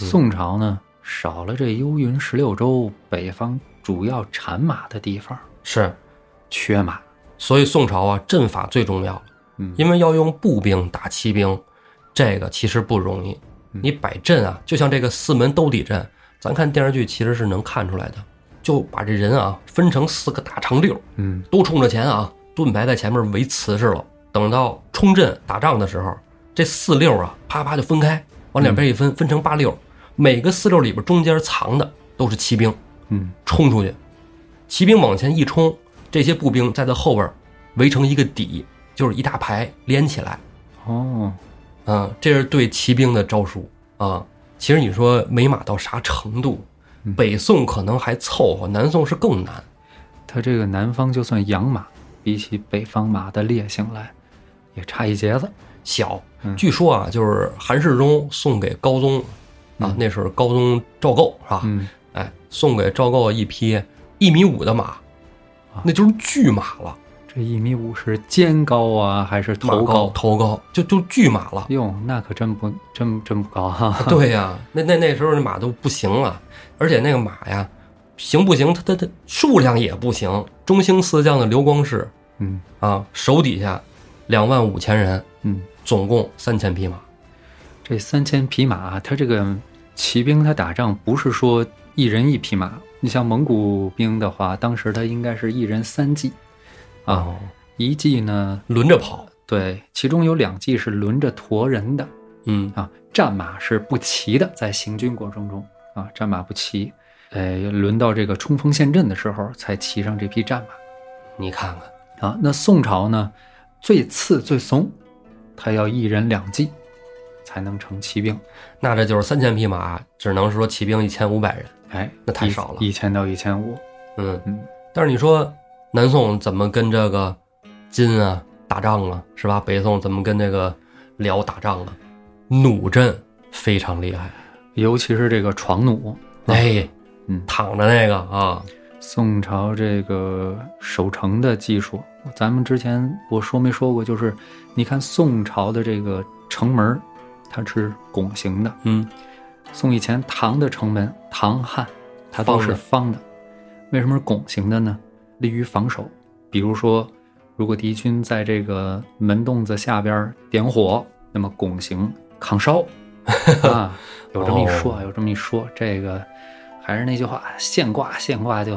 [SPEAKER 2] 嗯
[SPEAKER 1] 宋朝呢，少了这幽云十六州北方主要产马的地方，
[SPEAKER 2] 是，
[SPEAKER 1] 缺马。
[SPEAKER 2] 所以宋朝啊，阵法最重要了，
[SPEAKER 1] 嗯
[SPEAKER 2] 因为要用步兵打骑兵，这个其实不容易。你摆阵啊，就像这个四门兜底阵，咱看电视剧其实是能看出来的，就把这人啊分成四个大长溜，
[SPEAKER 1] 嗯
[SPEAKER 2] 都冲着前啊，盾牌在前面围瓷实了。等到冲阵打仗的时候，这四溜啊，啪啪就分开，往两边一分，分成八溜，每个四溜里边中间藏的都是骑兵，
[SPEAKER 1] 嗯。
[SPEAKER 2] 冲出去，骑兵往前一冲，这些步兵在他后边围成一个底，就是一大排连起来，
[SPEAKER 1] 哦，
[SPEAKER 2] 啊，这是对骑兵的招数啊。其实你说美马到啥程度？北宋可能还凑合，南宋是更难。
[SPEAKER 1] 它这个南方就算养马，比起北方马的烈性来，也差一截子。
[SPEAKER 2] 小。
[SPEAKER 1] 嗯
[SPEAKER 2] 据说啊，就是韩世忠送给高宗啊，那时候高宗赵构是吧？
[SPEAKER 1] 嗯，
[SPEAKER 2] 哎，送给赵构一匹一米五的马，
[SPEAKER 1] 啊
[SPEAKER 2] 那就是巨马了，
[SPEAKER 1] 这一米五是肩高啊，还是头
[SPEAKER 2] 马
[SPEAKER 1] 高？
[SPEAKER 2] 头高，就就巨马了。
[SPEAKER 1] 哟，那可真不真真不高哈、 [laughs]
[SPEAKER 2] 对呀、那那那时候那马都不行了，而且那个马呀，行不行？它它它数量也不行。中兴四将的刘光世
[SPEAKER 1] 嗯
[SPEAKER 2] 啊，手底下两万五千人，
[SPEAKER 1] 嗯，
[SPEAKER 2] 总共三千匹马。
[SPEAKER 1] 这三千匹马啊，它这个骑兵他打仗不是说一人一匹马，你像蒙古兵的话，当时他应该是一人三骑，啊，一骑呢，
[SPEAKER 2] 轮着跑，
[SPEAKER 1] 对，其中有两骑是轮着驮人的，
[SPEAKER 2] 嗯，
[SPEAKER 1] 啊，战马是不骑的，在行军过程中啊，战马不骑。哎，轮到这个冲锋陷阵的时候，才骑上这匹战
[SPEAKER 2] 你看看，
[SPEAKER 1] 马啊。那宋朝呢，最次最怂，他要一人两骑，才能成骑兵。
[SPEAKER 2] 那这就是三千匹马，只能是说骑兵一千五百人。
[SPEAKER 1] 哎，
[SPEAKER 2] 那太
[SPEAKER 1] 一
[SPEAKER 2] 少了
[SPEAKER 1] 一千到一千五。
[SPEAKER 2] 嗯
[SPEAKER 1] 嗯，
[SPEAKER 2] 但是你说南宋怎么跟这个金啊打仗啊，是吧？北宋怎么跟这个辽打仗啊？弩阵非常厉害，
[SPEAKER 1] 尤其是这个床弩，
[SPEAKER 2] 哎，
[SPEAKER 1] 嗯
[SPEAKER 2] 躺着那个啊，
[SPEAKER 1] 宋朝这个守城的技术，咱们之前我说没说过，就是你看宋朝的这个城门儿，它是拱形的， [laughs]
[SPEAKER 2] 嗯，
[SPEAKER 1] 宋以前唐的城门，唐汉它都是方的，为什么是拱形的呢？利于防守。比如说，如果敌军在这个门洞子下边儿点火，那么拱形抗烧啊，有这么一说，有这么一说，这个还是那句话，现挂现挂就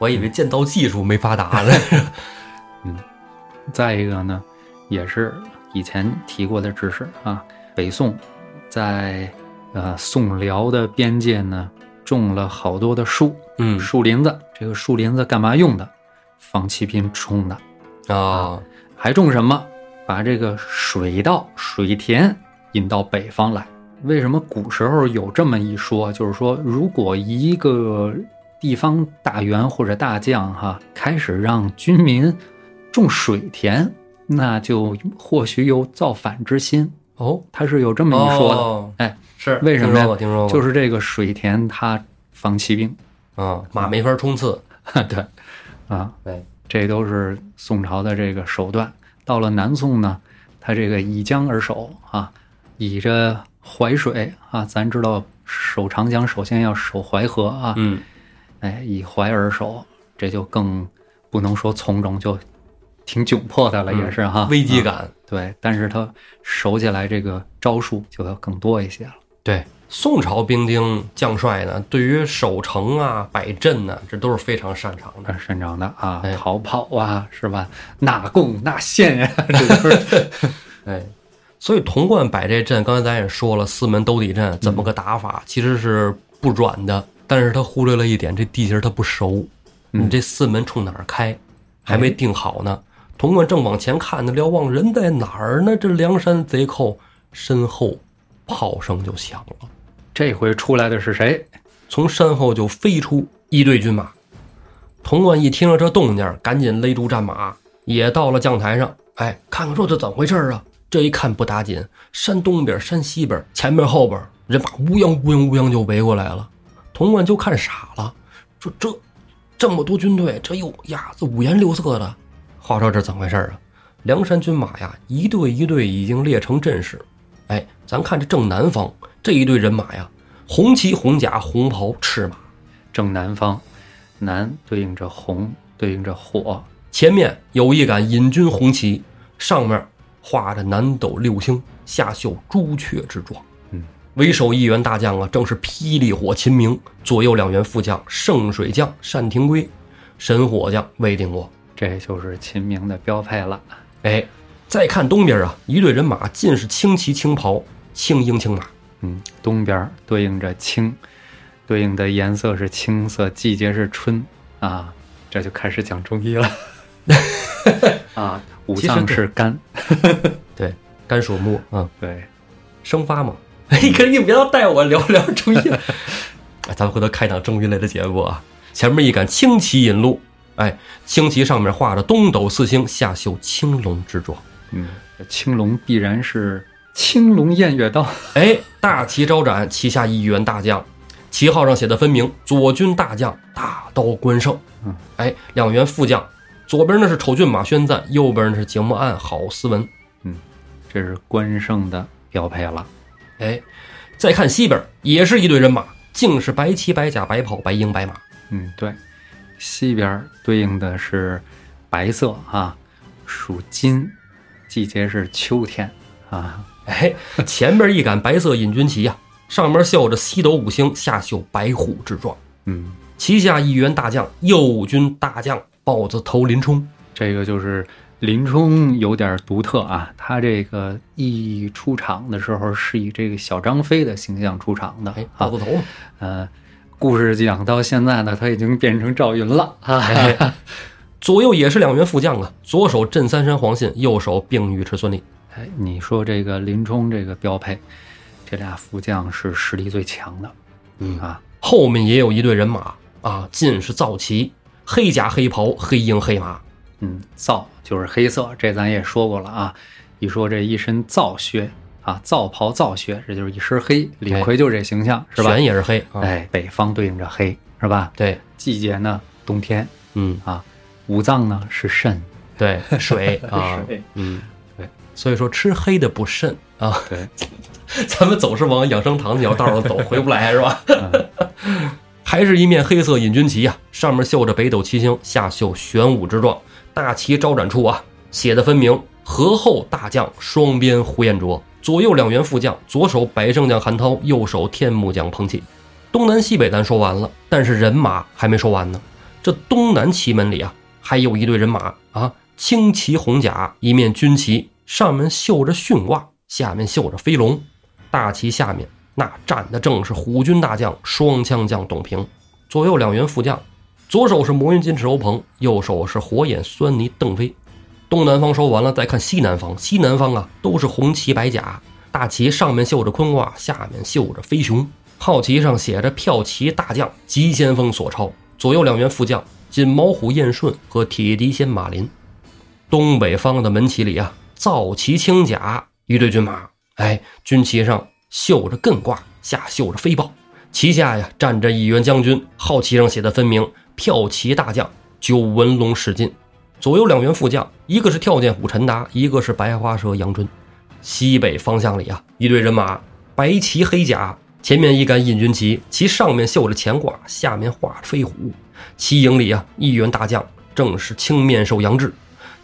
[SPEAKER 2] 我以为剑道技术没发达呢。 [laughs]
[SPEAKER 1] 再一个呢，也是以前提过的知识啊，北宋在呃宋辽的边界呢种了好多的树，
[SPEAKER 2] 嗯
[SPEAKER 1] 树林子。这个树林子干嘛用的？防骑兵冲的。
[SPEAKER 2] 啊，
[SPEAKER 1] 还种什么？把这个水稻、水田引到北方来。为什么古时候有这么一说？就是说，如果一个地方大员或者大将哈、开始让军民种水田，那就或许有造反之心，
[SPEAKER 2] 哦，
[SPEAKER 1] 它是有这
[SPEAKER 2] 这
[SPEAKER 1] 么一说的。
[SPEAKER 2] 的，
[SPEAKER 1] 哎，
[SPEAKER 2] 是
[SPEAKER 1] 为什么呀
[SPEAKER 2] 哦听说过，听说过，
[SPEAKER 1] 就是是这个水田它防骑兵，
[SPEAKER 2] 嗯，马没法冲刺，
[SPEAKER 1] [laughs] 对，啊，
[SPEAKER 2] 对，
[SPEAKER 1] 这都是宋朝的这个手段。到了南宋呢，它这个以江而守啊，以这淮水啊，咱知道守长江首先要守淮河啊，
[SPEAKER 2] 嗯，
[SPEAKER 1] 哎，以淮而守，这就更不能说从容，就挺窘迫的了，
[SPEAKER 2] 嗯
[SPEAKER 1] 也是哈、
[SPEAKER 2] 危机
[SPEAKER 1] 啊
[SPEAKER 2] 感。
[SPEAKER 1] 对，但是他守起来这个招数就要更多一些了。
[SPEAKER 2] 对，宋朝兵丁将帅呢，对于守城啊、摆阵呢、这都是非常擅长的。
[SPEAKER 1] 啊擅长的啊
[SPEAKER 2] 哎，
[SPEAKER 1] 逃跑啊，是吧？纳贡、纳县呀， [laughs] 这都是
[SPEAKER 2] 哎，所以童贯摆这阵，刚才咱也说了，四门兜底阵怎么个打法，其实是不软的，但是他忽略了一点，这地形他不熟，
[SPEAKER 1] 嗯
[SPEAKER 2] 你这四门冲哪儿开，还没定好呢。童贯正往前看呢，瞭望人在哪儿呢？这梁山贼寇身后，炮声就响了，
[SPEAKER 1] 这回出来的是谁？
[SPEAKER 2] 从山后就飞出一队军马。童贯一听着这动静儿，赶紧勒住战马，也到了将台上。哎，看看说这怎么回事儿啊？这一看不打紧，山东边、山西边、前面、后边，人马乌泱乌泱乌泱就围过来了。童贯就看傻了，说这这么多军队，这又呀，这五颜六色的。话说这怎么回事儿啊？梁山军马呀，一队一队已经列成阵势。哎，咱看这正南方这一队人马呀，红旗、红甲、红袍、赤马，
[SPEAKER 1] 正南方，南对应着红，对应着火，
[SPEAKER 2] 前面有一杆引军红旗，上面画着南斗六星，下绣朱雀之状。
[SPEAKER 1] 嗯，
[SPEAKER 2] 为首一员大将啊，正是霹雳火秦明，左右两员副将圣水将单廷圭、神火将魏定国。
[SPEAKER 1] 这就是秦明的标配了。
[SPEAKER 2] 哎，再看东边啊，一队人马尽是青旗、青袍、青鹰、青马。
[SPEAKER 1] 嗯，东边对应着青，对应的颜色是青色，季节是春啊，这就开始讲中医
[SPEAKER 2] [laughs]
[SPEAKER 1] 了。啊，五
[SPEAKER 2] 其实
[SPEAKER 1] 脏
[SPEAKER 2] 对
[SPEAKER 1] 是肝，
[SPEAKER 2] 对，甘属木，嗯，
[SPEAKER 1] 对，
[SPEAKER 2] 生发 [laughs] 嘛。你哎可你别带我聊聊中医， [laughs] 哎咱们回头开档中医类的节目啊。前面一杆青旗引路，哎，青旗上面画着东斗四星，下绣青龙之状。
[SPEAKER 1] 嗯，青龙必然是青龙偃月刀。
[SPEAKER 2] 哎，大旗招展，旗下一员大将，旗号上写的分明，左军大将大刀关胜
[SPEAKER 1] 嗯。
[SPEAKER 2] 哎，两员副将，左边呢是丑骏马宣赞，右边呢是景木案郝思文。
[SPEAKER 1] 这是关胜的标配了。
[SPEAKER 2] 哎，再看西边也是一队人马，竟是白旗、白甲、白袍、白鹰、白马。
[SPEAKER 1] 嗯，对，西边儿对应的是白色啊，属金，季节是秋天啊。
[SPEAKER 2] 哎，前边一杆白色引军旗呀、上面绣着西斗五星，下绣白虎之状。
[SPEAKER 1] 嗯，
[SPEAKER 2] 旗下一员大将，右军大将豹子头林冲。
[SPEAKER 1] 这个就是林冲有点独特啊，他这个一出场的时候是以这个小张飞的形象出场的
[SPEAKER 2] 哎，
[SPEAKER 1] 啊
[SPEAKER 2] 豹。子头嘛，
[SPEAKER 1] 呃，故事讲到现在呢，他已经变成赵云了
[SPEAKER 2] 哎
[SPEAKER 1] 啊。
[SPEAKER 2] 左右也是两员副将啊，左手镇三山黄信，右手并尉迟孙立。
[SPEAKER 1] 哎，你说这个林冲这个标配，这俩副将是实力最强的
[SPEAKER 2] 嗯
[SPEAKER 1] 啊。
[SPEAKER 2] 后面也有一队人马啊，尽是造旗，黑甲、黑袍、黑鹰、黑马。
[SPEAKER 1] 嗯，皂就是黑色，这咱也说过了啊。一说这一身皂靴啊，皂袍皂靴，这就是一身黑。李逵就这形象、是吧
[SPEAKER 2] 全？也是黑哎啊。
[SPEAKER 1] 哎，北方对应着黑是吧？
[SPEAKER 2] 对，
[SPEAKER 1] 季节呢，冬天
[SPEAKER 2] 嗯，
[SPEAKER 1] 啊，五脏呢是肾，
[SPEAKER 2] 对，水啊，
[SPEAKER 1] [laughs] 水
[SPEAKER 2] 嗯，
[SPEAKER 1] 对，
[SPEAKER 2] 所以说吃黑的不慎啊。
[SPEAKER 1] 对，
[SPEAKER 2] [laughs] 咱们总是往养生堂那条道上走，回不来是吧？
[SPEAKER 1] 嗯
[SPEAKER 2] [laughs] 还是一面黑色引军旗啊，上面绣着北斗七星，下绣玄武之状。大旗招展处啊，写的分明：河后大将双边呼延灼，左右两员副将，左手白胜将韩涛，右手天目将彭起。东南西北咱说完了，但是人马还没说完呢。这东南旗门里啊，还有一队人马啊，青旗红甲，一面军旗，上面绣着训卦，下面绣着飞龙。大旗下面那站的正是虎军大将双枪将董平，左右两员副将，左手是魔云金翅欧鹏，右手是火眼狻猊邓飞。东南方说完了，再看西南方。西南方啊，都是红旗白甲，大旗上面绣着坤卦，下面绣着飞熊。号旗上写着“骠骑大将急先锋索超”，左右两员副将锦毛虎燕顺和铁笛仙马林。东北方的门旗里啊，皂旗青甲一队军马，哎，军旗上绣着艮挂，下绣着飞豹，旗下呀站着一员将军，号旗上写的分明“骠骑大将九纹龙史进”，左右两员副将，一个是跳涧虎陈达，一个是白花蛇杨春。西北方向里啊，一队人马，白旗黑甲，前面一杆印军旗，其上面绣着乾卦，下面画着飞虎。旗营里啊，一员大将正是青面兽杨志，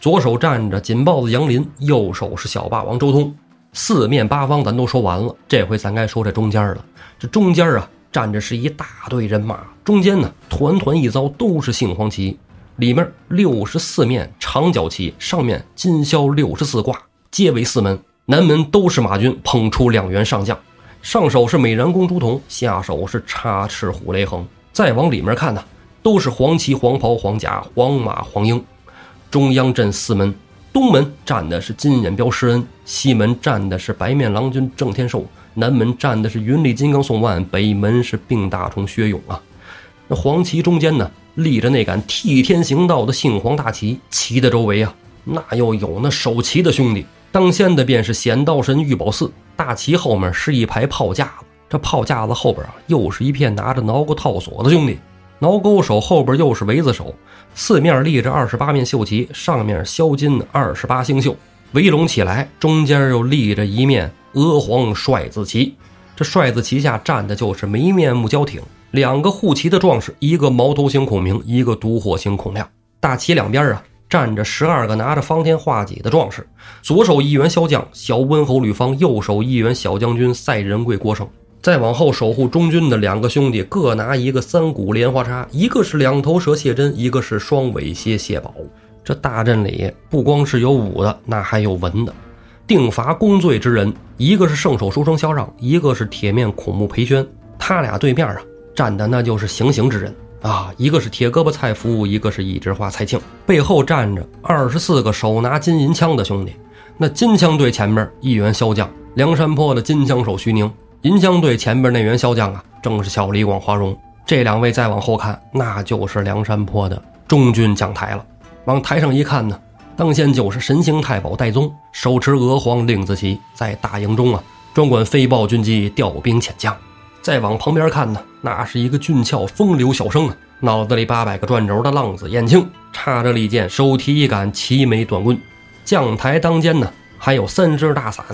[SPEAKER 2] 左手站着锦豹子杨林，右手是小霸王周通。四面八方咱都说完了，这回咱该说这中间了。这中间啊，站着是一大队人马，中间呢团团一遭都是杏黄旗，里面六十四面长角旗，上面金骁六十四挂，皆为四门，南门都是马军捧出两员上将，上手是美髯公朱仝，下手是插翅虎雷横。再往里面看呢、都是黄旗、黄袍、黄甲、黄马、黄缨。中央镇四门，东门站的是金眼彪施恩，西门站的是白面郎君郑天寿，南门站的是云里金刚宋万，北门是病大虫薛勇啊。那黄旗中间呢，立着那杆替天行道的杏黄大旗，旗的周围啊，那又有那守旗的兄弟。当先的便是显道神玉宝寺，大旗后面是一排炮架子，这炮架子后边啊，又是一片拿着挠钩套索的兄弟。挠钩手后边又是围子手，四面立着二十八面绣旗，上面镶金二十八星宿围拢起来，中间又立着一面鹅黄帅子旗。这帅子旗下站的就是眉面木交挺，两个护旗的壮士，一个毛头星孔明，一个独火星孔亮。大旗两边啊站着十二个拿着方天画戟的壮士，左手一员骁将小温侯吕方，右手一员小将军赛仁贵郭盛。再往后守护中军的两个兄弟各拿一个三股莲花叉，一个是两头蛇谢真，一个是双尾蝎谢宝。这大阵里不光是有武的，那还有文的。定伐公罪之人，一个是圣手书生萧让，一个是铁面孔目裴宣。他俩对面啊站的那就是行刑之人啊，一个是铁胳膊蔡福，一个是一枝花蔡庆。背后站着二十四个手拿金银枪的兄弟，那金枪队前面一员骁将，梁山泊的金枪手徐宁；银枪队前边那员骁将啊，正是小李广华荣。这两位再往后看，那就是梁山泊的中军将台了。往台上一看呢，当先就是神行太保戴宗，手持鹅黄令子旗，在大营中啊，专管飞豹军机、调兵遣将。再往旁边看呢，那是一个俊俏风流小生啊，脑子里八百个转轴的浪子燕青，插着利剑，手提一杆齐眉短棍。将台当间呢，还有三只大伞。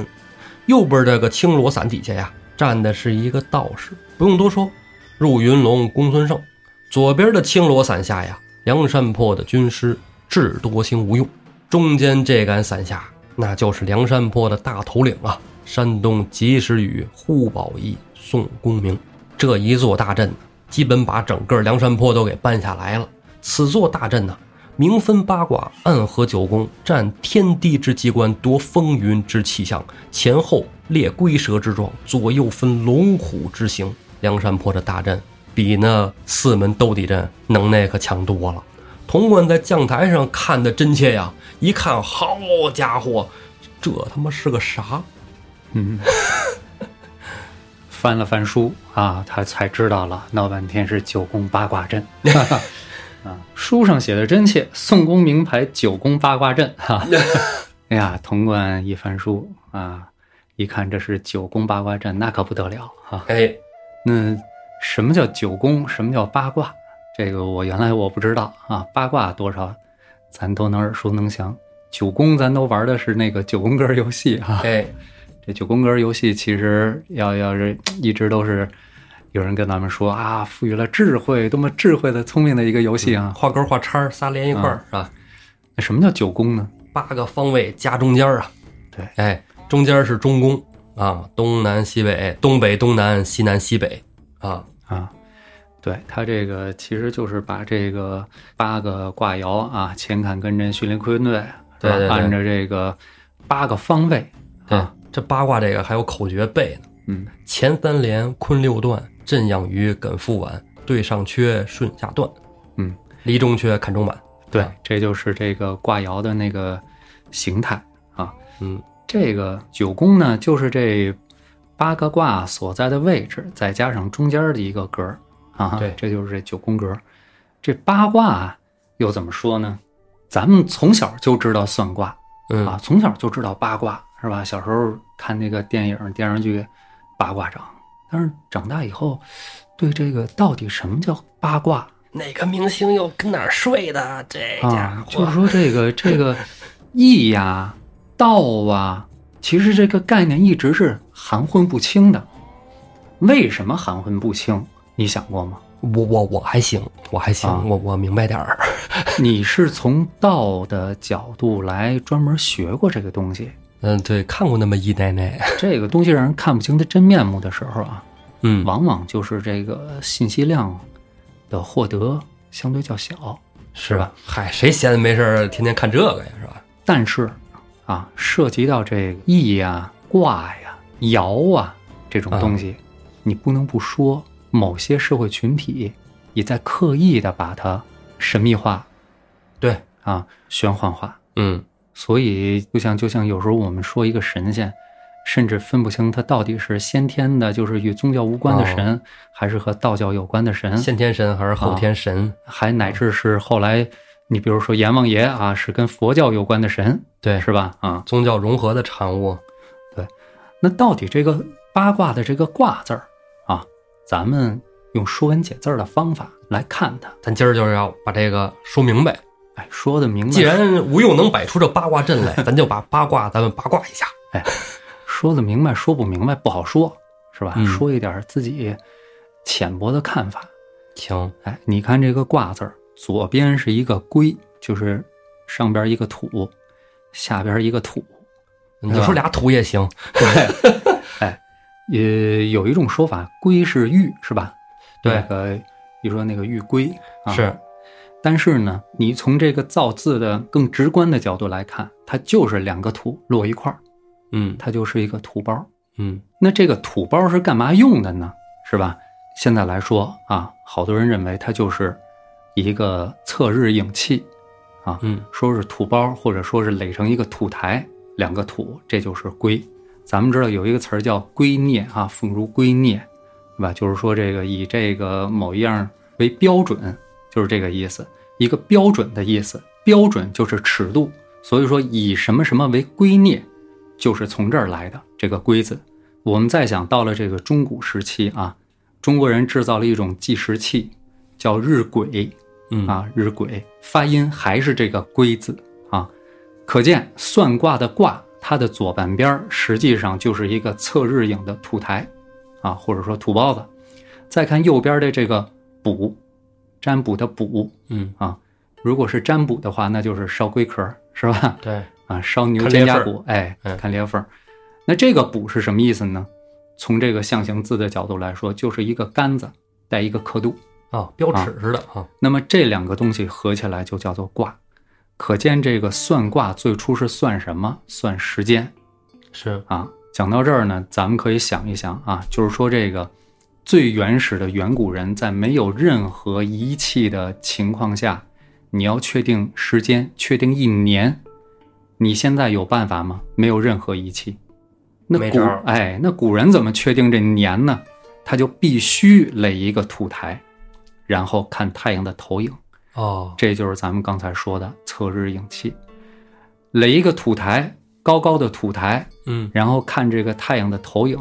[SPEAKER 2] 右边这个青罗伞底下呀，站的是一个道士，不用多说，入云龙公孙胜。左边的青罗伞下呀，梁山泊的军师智多星吴用。中间这杆伞下，那就是梁山泊的大头领啊，山东及时雨呼保义宋公明。这一座大阵呢，基本把整个梁山泊都给搬下来了。此座大阵呢，明分八卦，暗合九宫，占天地之机关，夺风云之气象，前后列龟蛇之状，左右分龙虎之形。梁山泊这大阵比那四门斗地阵能耐可强多了。童贯在将台上看的真切呀，一看，好家伙，这他妈是个啥？
[SPEAKER 1] 嗯， [laughs] 翻了翻书啊，他才知道了，闹半天是九宫八卦阵。 [laughs] 啊，书上写的真切，宋公明牌九宫八卦阵哈。哎呀，童贯一翻书啊，一看这是九宫八卦阵，那可不得了哈、
[SPEAKER 2] 哎，
[SPEAKER 1] 那什么叫九宫？什么叫八卦？这个我原来我不知道啊。八卦多少，咱都能耳熟能详。九宫咱都玩的是那个九宫格游戏啊。
[SPEAKER 2] 哎，
[SPEAKER 1] 这九宫格游戏其实要要是一直都是有人跟咱们说啊，赋予了智慧，多么智慧的、聪明的一个游戏啊。
[SPEAKER 2] 画勾画叉儿仨连一块儿、是吧？
[SPEAKER 1] 那什么叫九宫呢？
[SPEAKER 2] 八个方位加中间儿啊。
[SPEAKER 1] 对
[SPEAKER 2] 哎，中间是中宫啊，东南西北，东北东南西南西北啊。
[SPEAKER 1] 啊，对，它这个其实就是把这个八个卦爻啊，乾坎艮震巽离坤兑，
[SPEAKER 2] 对对对
[SPEAKER 1] 是吧按照这个八个方位
[SPEAKER 2] 对
[SPEAKER 1] 啊，
[SPEAKER 2] 这八卦这个还有口诀背呢。
[SPEAKER 1] 嗯，
[SPEAKER 2] 前三连，坤六段，震养鱼，艮复碗，兑上缺，顺下断。
[SPEAKER 1] 嗯，
[SPEAKER 2] 离中缺，坎中满。
[SPEAKER 1] 对
[SPEAKER 2] 啊，
[SPEAKER 1] 这就是这个卦爻的那个形态啊。
[SPEAKER 2] 嗯，
[SPEAKER 1] 这个九宫呢，就是这八个卦所在的位置，再加上中间的一个格儿啊，
[SPEAKER 2] 对
[SPEAKER 1] 这就是这九宫格。这八卦啊又怎么说呢？咱们从小就知道算卦啊
[SPEAKER 2] 嗯
[SPEAKER 1] 啊，从小就知道八卦是吧？小时候看那个电影、电视剧，八卦掌，但是长大以后，对这个到底什么叫八卦
[SPEAKER 2] 哪个明星又跟哪儿睡的？这家
[SPEAKER 1] 啊？
[SPEAKER 2] 伙，
[SPEAKER 1] 就是说这个这个易呀、道啊，其实这个概念一直是含混不清的。为什么含混不清？你想过吗？
[SPEAKER 2] 我我我还行，我还行，
[SPEAKER 1] 啊
[SPEAKER 2] 我我明白点儿。
[SPEAKER 1] 你是从道的角度来专门学过这个东西，
[SPEAKER 2] 嗯，对，看过那么一奶奶。
[SPEAKER 1] 这个东西让人看不清它真面目的时候啊，
[SPEAKER 2] 嗯，
[SPEAKER 1] 往往就是这个信息量的获得相对较小，
[SPEAKER 2] 是吧？嗨，谁闲的没事儿天天看这个呀，是吧？
[SPEAKER 1] 但是啊，涉及到这个易呀、卦呀、爻啊这种东西，你不能不说，某些社会群体也在刻意的把它神秘化
[SPEAKER 2] 对，
[SPEAKER 1] 啊、玄幻化，
[SPEAKER 2] 嗯，
[SPEAKER 1] 所以就像就像有时候我们说一个神仙。甚至分不清他到底是先天的，就是与宗教无关的
[SPEAKER 2] 哦
[SPEAKER 1] 神，还是和道教有关的神。
[SPEAKER 2] 先天神还是后天神？
[SPEAKER 1] 还乃至是后来，你比如说阎王爷啊，是跟佛教有关的神，
[SPEAKER 2] 对，
[SPEAKER 1] 是吧？啊，
[SPEAKER 2] 宗教融合的产物。
[SPEAKER 1] 那到底这个八卦的这个卦字儿啊，咱们用说文解字儿的方法来看它，
[SPEAKER 2] 咱今儿就是要把这个说明白。
[SPEAKER 1] 哎，说的明白，
[SPEAKER 2] 既然吴用能摆出这八卦阵 [laughs] 来，咱就把八卦咱们八卦一下。
[SPEAKER 1] 说的明白，说不明白不好说，是吧？
[SPEAKER 2] 嗯
[SPEAKER 1] 说一点自己浅薄的看法。
[SPEAKER 2] 行，
[SPEAKER 1] 哎，你看这个卦字儿，左边是一个龟，就是上边一个土，下边一个土，
[SPEAKER 2] 你就说俩土也行。
[SPEAKER 1] 对，哎，也有一种说法，龟是玉，是吧？
[SPEAKER 2] 对
[SPEAKER 1] 那个你说那个玉龟啊，。
[SPEAKER 2] 是，
[SPEAKER 1] 但是呢，你从这个造字的更直观的角度来看，它就是两个土摞一块儿，
[SPEAKER 2] 嗯
[SPEAKER 1] 它就是一个土包。
[SPEAKER 2] 嗯，
[SPEAKER 1] 那这个土包是干嘛用的呢？是吧？现在来说啊，好多人认为它就是一个测日影器，啊，
[SPEAKER 2] 嗯，
[SPEAKER 1] 说是土包，或者说是垒成一个土台，两个土，这就是龟。咱们知道有一个词儿叫圭臬啊，妇孺圭臬，对吧？就是说这个以这个某一样为标准，就是这个意思，一个标准的意思。标准就是尺度，所以说以什么什么为圭臬，就是从这儿来的这个“龟”字。我们再想到了这个中古时期啊，中国人制造了一种计时器，叫日晷。
[SPEAKER 2] 嗯
[SPEAKER 1] 啊，日晷发音还是这个“龟”字啊。可见算卦的卦，它的左半边儿实际上就是一个测日影的土台啊，或者说土包子。再看右边的这个“卜”，占卜的“卜
[SPEAKER 2] 嗯，”
[SPEAKER 1] 啊，如果是占卜的话，那就是烧龟壳儿是吧？
[SPEAKER 2] 对，
[SPEAKER 1] 啊，烧牛
[SPEAKER 2] 看
[SPEAKER 1] 肩
[SPEAKER 2] 裂
[SPEAKER 1] 胛
[SPEAKER 2] 缝
[SPEAKER 1] 骨，哎
[SPEAKER 2] 嗯，
[SPEAKER 1] 看裂缝儿。那这个“卜”是什么意思呢？从这个象形字的角度来说，就是一个杆子带一个刻度。
[SPEAKER 2] 啊，标尺似的啊。
[SPEAKER 1] 那么这两个东西合起来就叫做卦。可见这个算卦最初是算什么？算时间
[SPEAKER 2] 是，
[SPEAKER 1] 啊。讲到这儿呢，咱们可以想一想啊，就是说这个最原始的远古人在没有任何仪器的情况下，你要确定时间，确定一年，你现在有办法吗？没有任何仪器。那
[SPEAKER 2] 没
[SPEAKER 1] 古
[SPEAKER 2] 招儿
[SPEAKER 1] 哎，那古人怎么确定这年呢？他就必须垒一个土台，然后看太阳的投影。
[SPEAKER 2] 哦，
[SPEAKER 1] 这就是咱们刚才说的测日影器，垒一个土台，高高的土台，
[SPEAKER 2] 嗯
[SPEAKER 1] 然后看这个太阳的投影，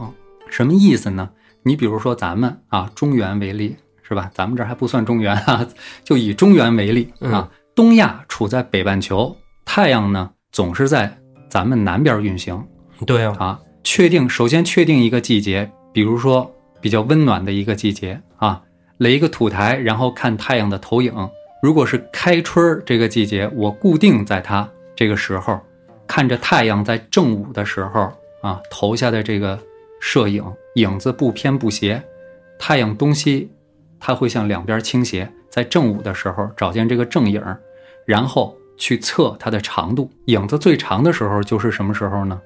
[SPEAKER 1] 什么意思呢？你比如说咱们啊，中原为例，是吧？咱们这儿还不算中原啊，就以中原为例
[SPEAKER 2] 嗯
[SPEAKER 1] 啊，东亚处在北半球，太阳呢总是在咱们南边运行，
[SPEAKER 2] 对呀，
[SPEAKER 1] 啊，确定首先确定一个季节，比如说比较温暖的一个季节啊，垒一个土台，然后看太阳的投影。如果是开春儿这个季节，我固定在它这个时候，看着太阳在正午的时候啊投下的这个射影，影子不偏不斜，太阳东西它会向两边倾斜，在正午的时候找见这个正影儿，然后去测它的长度。影子最长的时候就是什么时候呢？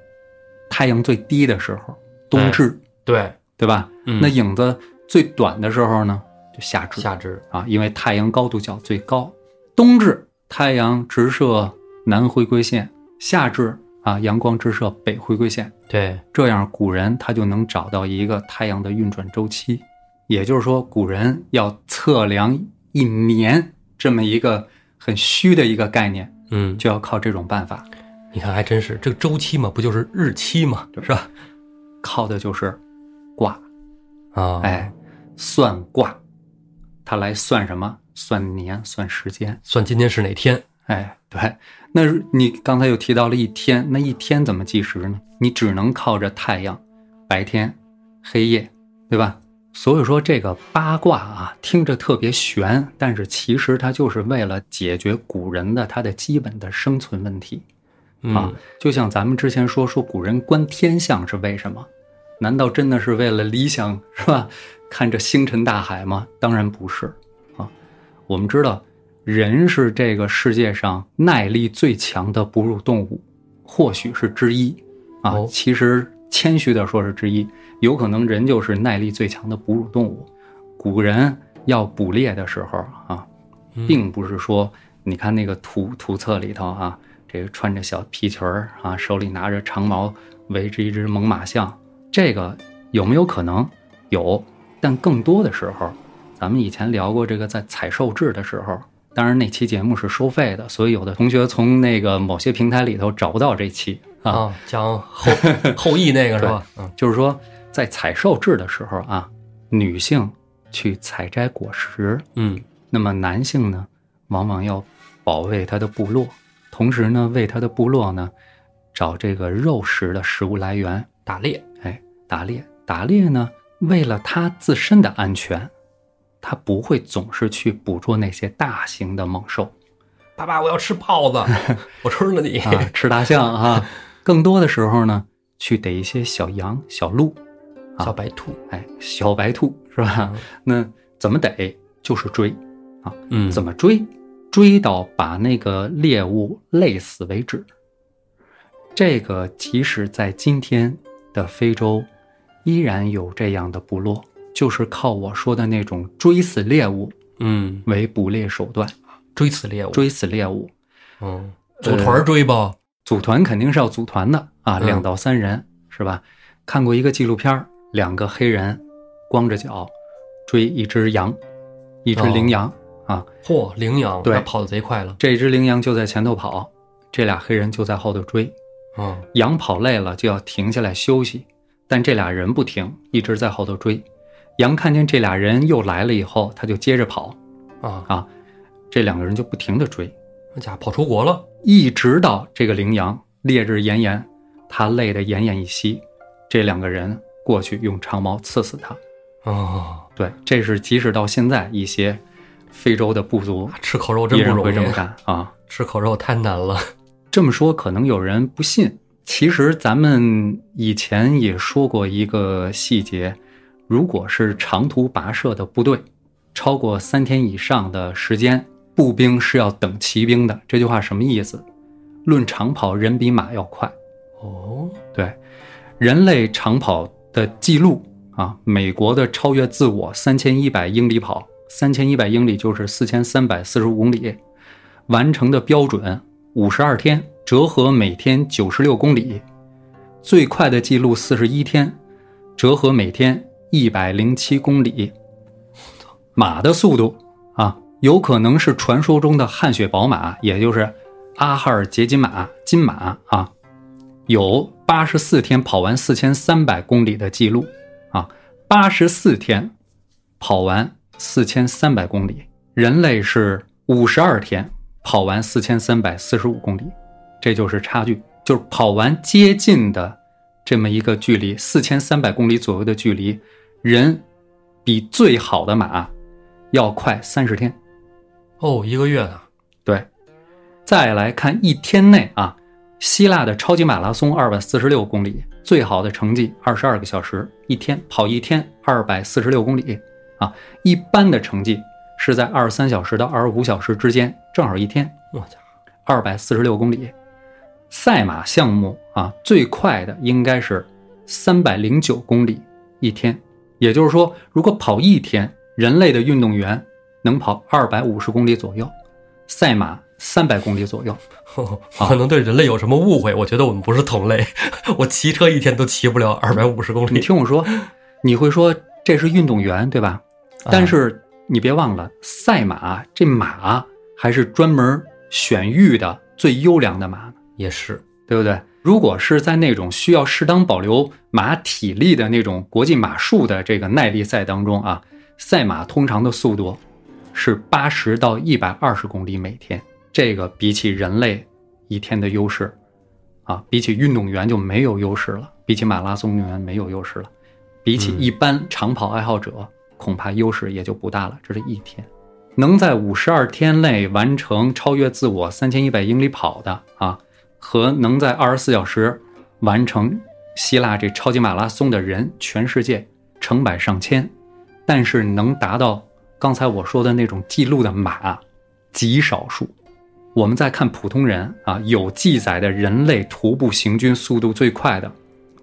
[SPEAKER 1] 太阳最低的时候，冬至，
[SPEAKER 2] 对，
[SPEAKER 1] 对吧？
[SPEAKER 2] 哎嗯
[SPEAKER 1] 那影子最短的时候呢，就夏至
[SPEAKER 2] 下肢
[SPEAKER 1] 啊，因为太阳高度角最高。冬至太阳直射南回归线，夏至啊阳光直射北回归线。
[SPEAKER 2] 对，
[SPEAKER 1] 这样古人他就能找到一个太阳的运转周期，也就是说，古人要测量一年这么一个很虚的一个概念，
[SPEAKER 2] 嗯，
[SPEAKER 1] 就要靠这种办法。
[SPEAKER 2] 你看，还真是这个周期嘛，不就是日期嘛，是吧？
[SPEAKER 1] 靠的就是卦，
[SPEAKER 2] 啊，，
[SPEAKER 1] 哎，算卦，它来算什么？算年，算时间。
[SPEAKER 2] 算今天是哪天？
[SPEAKER 1] 哎，对。那如你刚才又提到了一天，那一天怎么计时呢？你只能靠着太阳、白天、黑夜，对吧？所以说这个八卦啊，听着特别玄，但是其实它就是为了解决古人的他的基本的生存问题。啊
[SPEAKER 2] 嗯，，
[SPEAKER 1] 就像咱们之前说，说古人观天象是为什么？难道真的是为了理想是吧？看着星辰大海吗？当然不是啊。我们知道，人是这个世界上耐力最强的哺乳动物，或许是之一啊。
[SPEAKER 2] 哦
[SPEAKER 1] 其实谦虚的说是之一，有可能人就是耐力最强的哺乳动物。古人要捕猎的时候啊，
[SPEAKER 2] 嗯
[SPEAKER 1] 并不是说，你看那个图图册里头啊，这个穿着小皮裙儿啊，手里拿着长矛围着一只猛犸象，这个有没有可能？有，但更多的时候，咱们以前聊过这个在采购制的时候，当然那期节目是收费的，所以有的同学从那个某些平台里头找不到这期啊，
[SPEAKER 2] 啊，
[SPEAKER 1] [laughs]
[SPEAKER 2] 讲后后羿那个是吧？嗯，
[SPEAKER 1] 就是说在采购制的时候啊，女性去采摘果实，
[SPEAKER 2] 嗯，
[SPEAKER 1] 那么男性呢，往往要保卫他的部落，同时呢，为他的部落呢找这个肉食的食物来源，
[SPEAKER 2] 打猎，
[SPEAKER 1] 哎，打猎。打猎呢，为了他自身的安全，他不会总是去捕捉那些大型的猛兽
[SPEAKER 2] 爸爸，我要吃豹子，
[SPEAKER 1] [laughs]
[SPEAKER 2] 我吃了你。
[SPEAKER 1] 啊，吃大象啊。更多的时候呢，去逮一些小羊、小鹿，啊
[SPEAKER 2] 小白兔，
[SPEAKER 1] 哎，小白兔是吧？那怎么逮？就是追。
[SPEAKER 2] 嗯，
[SPEAKER 1] 怎
[SPEAKER 2] 么？
[SPEAKER 1] 么追？追到把那个猎物累死为止。这个即使在今天的非洲，依然有这样的部落，就是靠我说的那种追死猎物
[SPEAKER 2] 嗯，
[SPEAKER 1] 为捕猎手段，
[SPEAKER 2] 追死猎物，，
[SPEAKER 1] 追呃死猎物。
[SPEAKER 2] 嗯，组团儿追吧。
[SPEAKER 1] 组团肯定是要组团的啊，
[SPEAKER 2] 嗯
[SPEAKER 1] 两到三人、是吧？看过一个纪录片儿，两个黑人光着脚追一只羊，一只
[SPEAKER 2] 哦
[SPEAKER 1] 羚羊、啊，
[SPEAKER 2] 嚯，羚羊，
[SPEAKER 1] 对
[SPEAKER 2] 那跑得贼快了。
[SPEAKER 1] 这只羚羊就在前头跑，这俩黑人就在后头追。
[SPEAKER 2] 嗯，
[SPEAKER 1] 羊跑累了就要停下来休息，但这俩人不停，一直在后头追。羊看见这俩人又来了以后，他就接着跑，
[SPEAKER 2] 啊，
[SPEAKER 1] 这两个人就不停地追，
[SPEAKER 2] 那家伙跑出国了。
[SPEAKER 1] 一直到这个羚羊烈日炎炎，它累得奄奄一息，这两个人过去用长矛刺死它。
[SPEAKER 2] 啊，
[SPEAKER 1] 对，这是即使到现在一些非洲的部族
[SPEAKER 2] 吃烤肉
[SPEAKER 1] 依
[SPEAKER 2] 啊真
[SPEAKER 1] 然
[SPEAKER 2] 不
[SPEAKER 1] 会这
[SPEAKER 2] 容易
[SPEAKER 1] 么，干啊。
[SPEAKER 2] 吃烤肉太难了。
[SPEAKER 1] 这么说，可能有人不信。其实咱们以前也说过一个细节：如果是长途跋涉的部队，超过三天以上的时间，步兵是要等骑兵的。这句话什么意思？论长跑，人比马要快。
[SPEAKER 2] 哦，
[SPEAKER 1] 对，人类长跑的记录啊，美国的超越自我三千一百英里跑，三千一百英里就是四千三百四十五公里，完成的标准五十二天，折合每天九十六公里，最快的记录四十一天，折合每天一百零七公里。马的速度啊，有可能是传说中的汗血宝马，也就是阿哈尔捷金马、金马啊，有八十四天跑完四千三百公里的记录啊，八十四天跑完四千三百公里，人类是五十二天跑完四千三百四十五公里，这就是差距，就是跑完接近的这么一个距离，四千三百公里左右的距离，人比最好的马要快三十天。
[SPEAKER 2] 哦，一个月呢。
[SPEAKER 1] 对，再来看一天内啊，希腊的超级马拉松二百四十六公里，最好的成绩二十二个小时，一天跑一天二百四十六公里啊，一般的成绩是在二十三小时到二十五小时之间，正好一天
[SPEAKER 2] 我家伙，
[SPEAKER 1] 二百四十六公里。赛马项目啊，最快的应该是三百零九公里一天，也就是说，如果跑一天，人类的运动员能跑二百五十公里左右，赛马三百公里左右。
[SPEAKER 2] 哦
[SPEAKER 1] 啊
[SPEAKER 2] 可能对人类有什么误会？我觉得我们不是同类。 [laughs] 我骑车一天都骑不了二百五十公
[SPEAKER 1] 你
[SPEAKER 2] 里。
[SPEAKER 1] 听我说，你会说这是运动员对吧？但
[SPEAKER 2] 啊
[SPEAKER 1] 是你别忘了，赛马这马还是专门选育的最优良的马呢。
[SPEAKER 2] 也是，
[SPEAKER 1] 对不对？如果是在那种需要适当保留马体力的那种国际马术的这个耐力赛当中啊，赛马通常的速度是八十到一百二十公里每天，这个比起人类一天的优势啊，比起运动员就没有优势了，比起马拉松运动员没有优势了，比起一般长跑爱好者，恐怕优势也就不大了。这是一天。能在五十二天内完成超越自我三千一百英里跑的啊，和能在二十四小时完成希腊这超级马拉松的人，全世界成百上千，但是能达到刚才我说的那种记录的马，极少数。我们再看普通人啊，有记载的人类徒步行军速度最快的，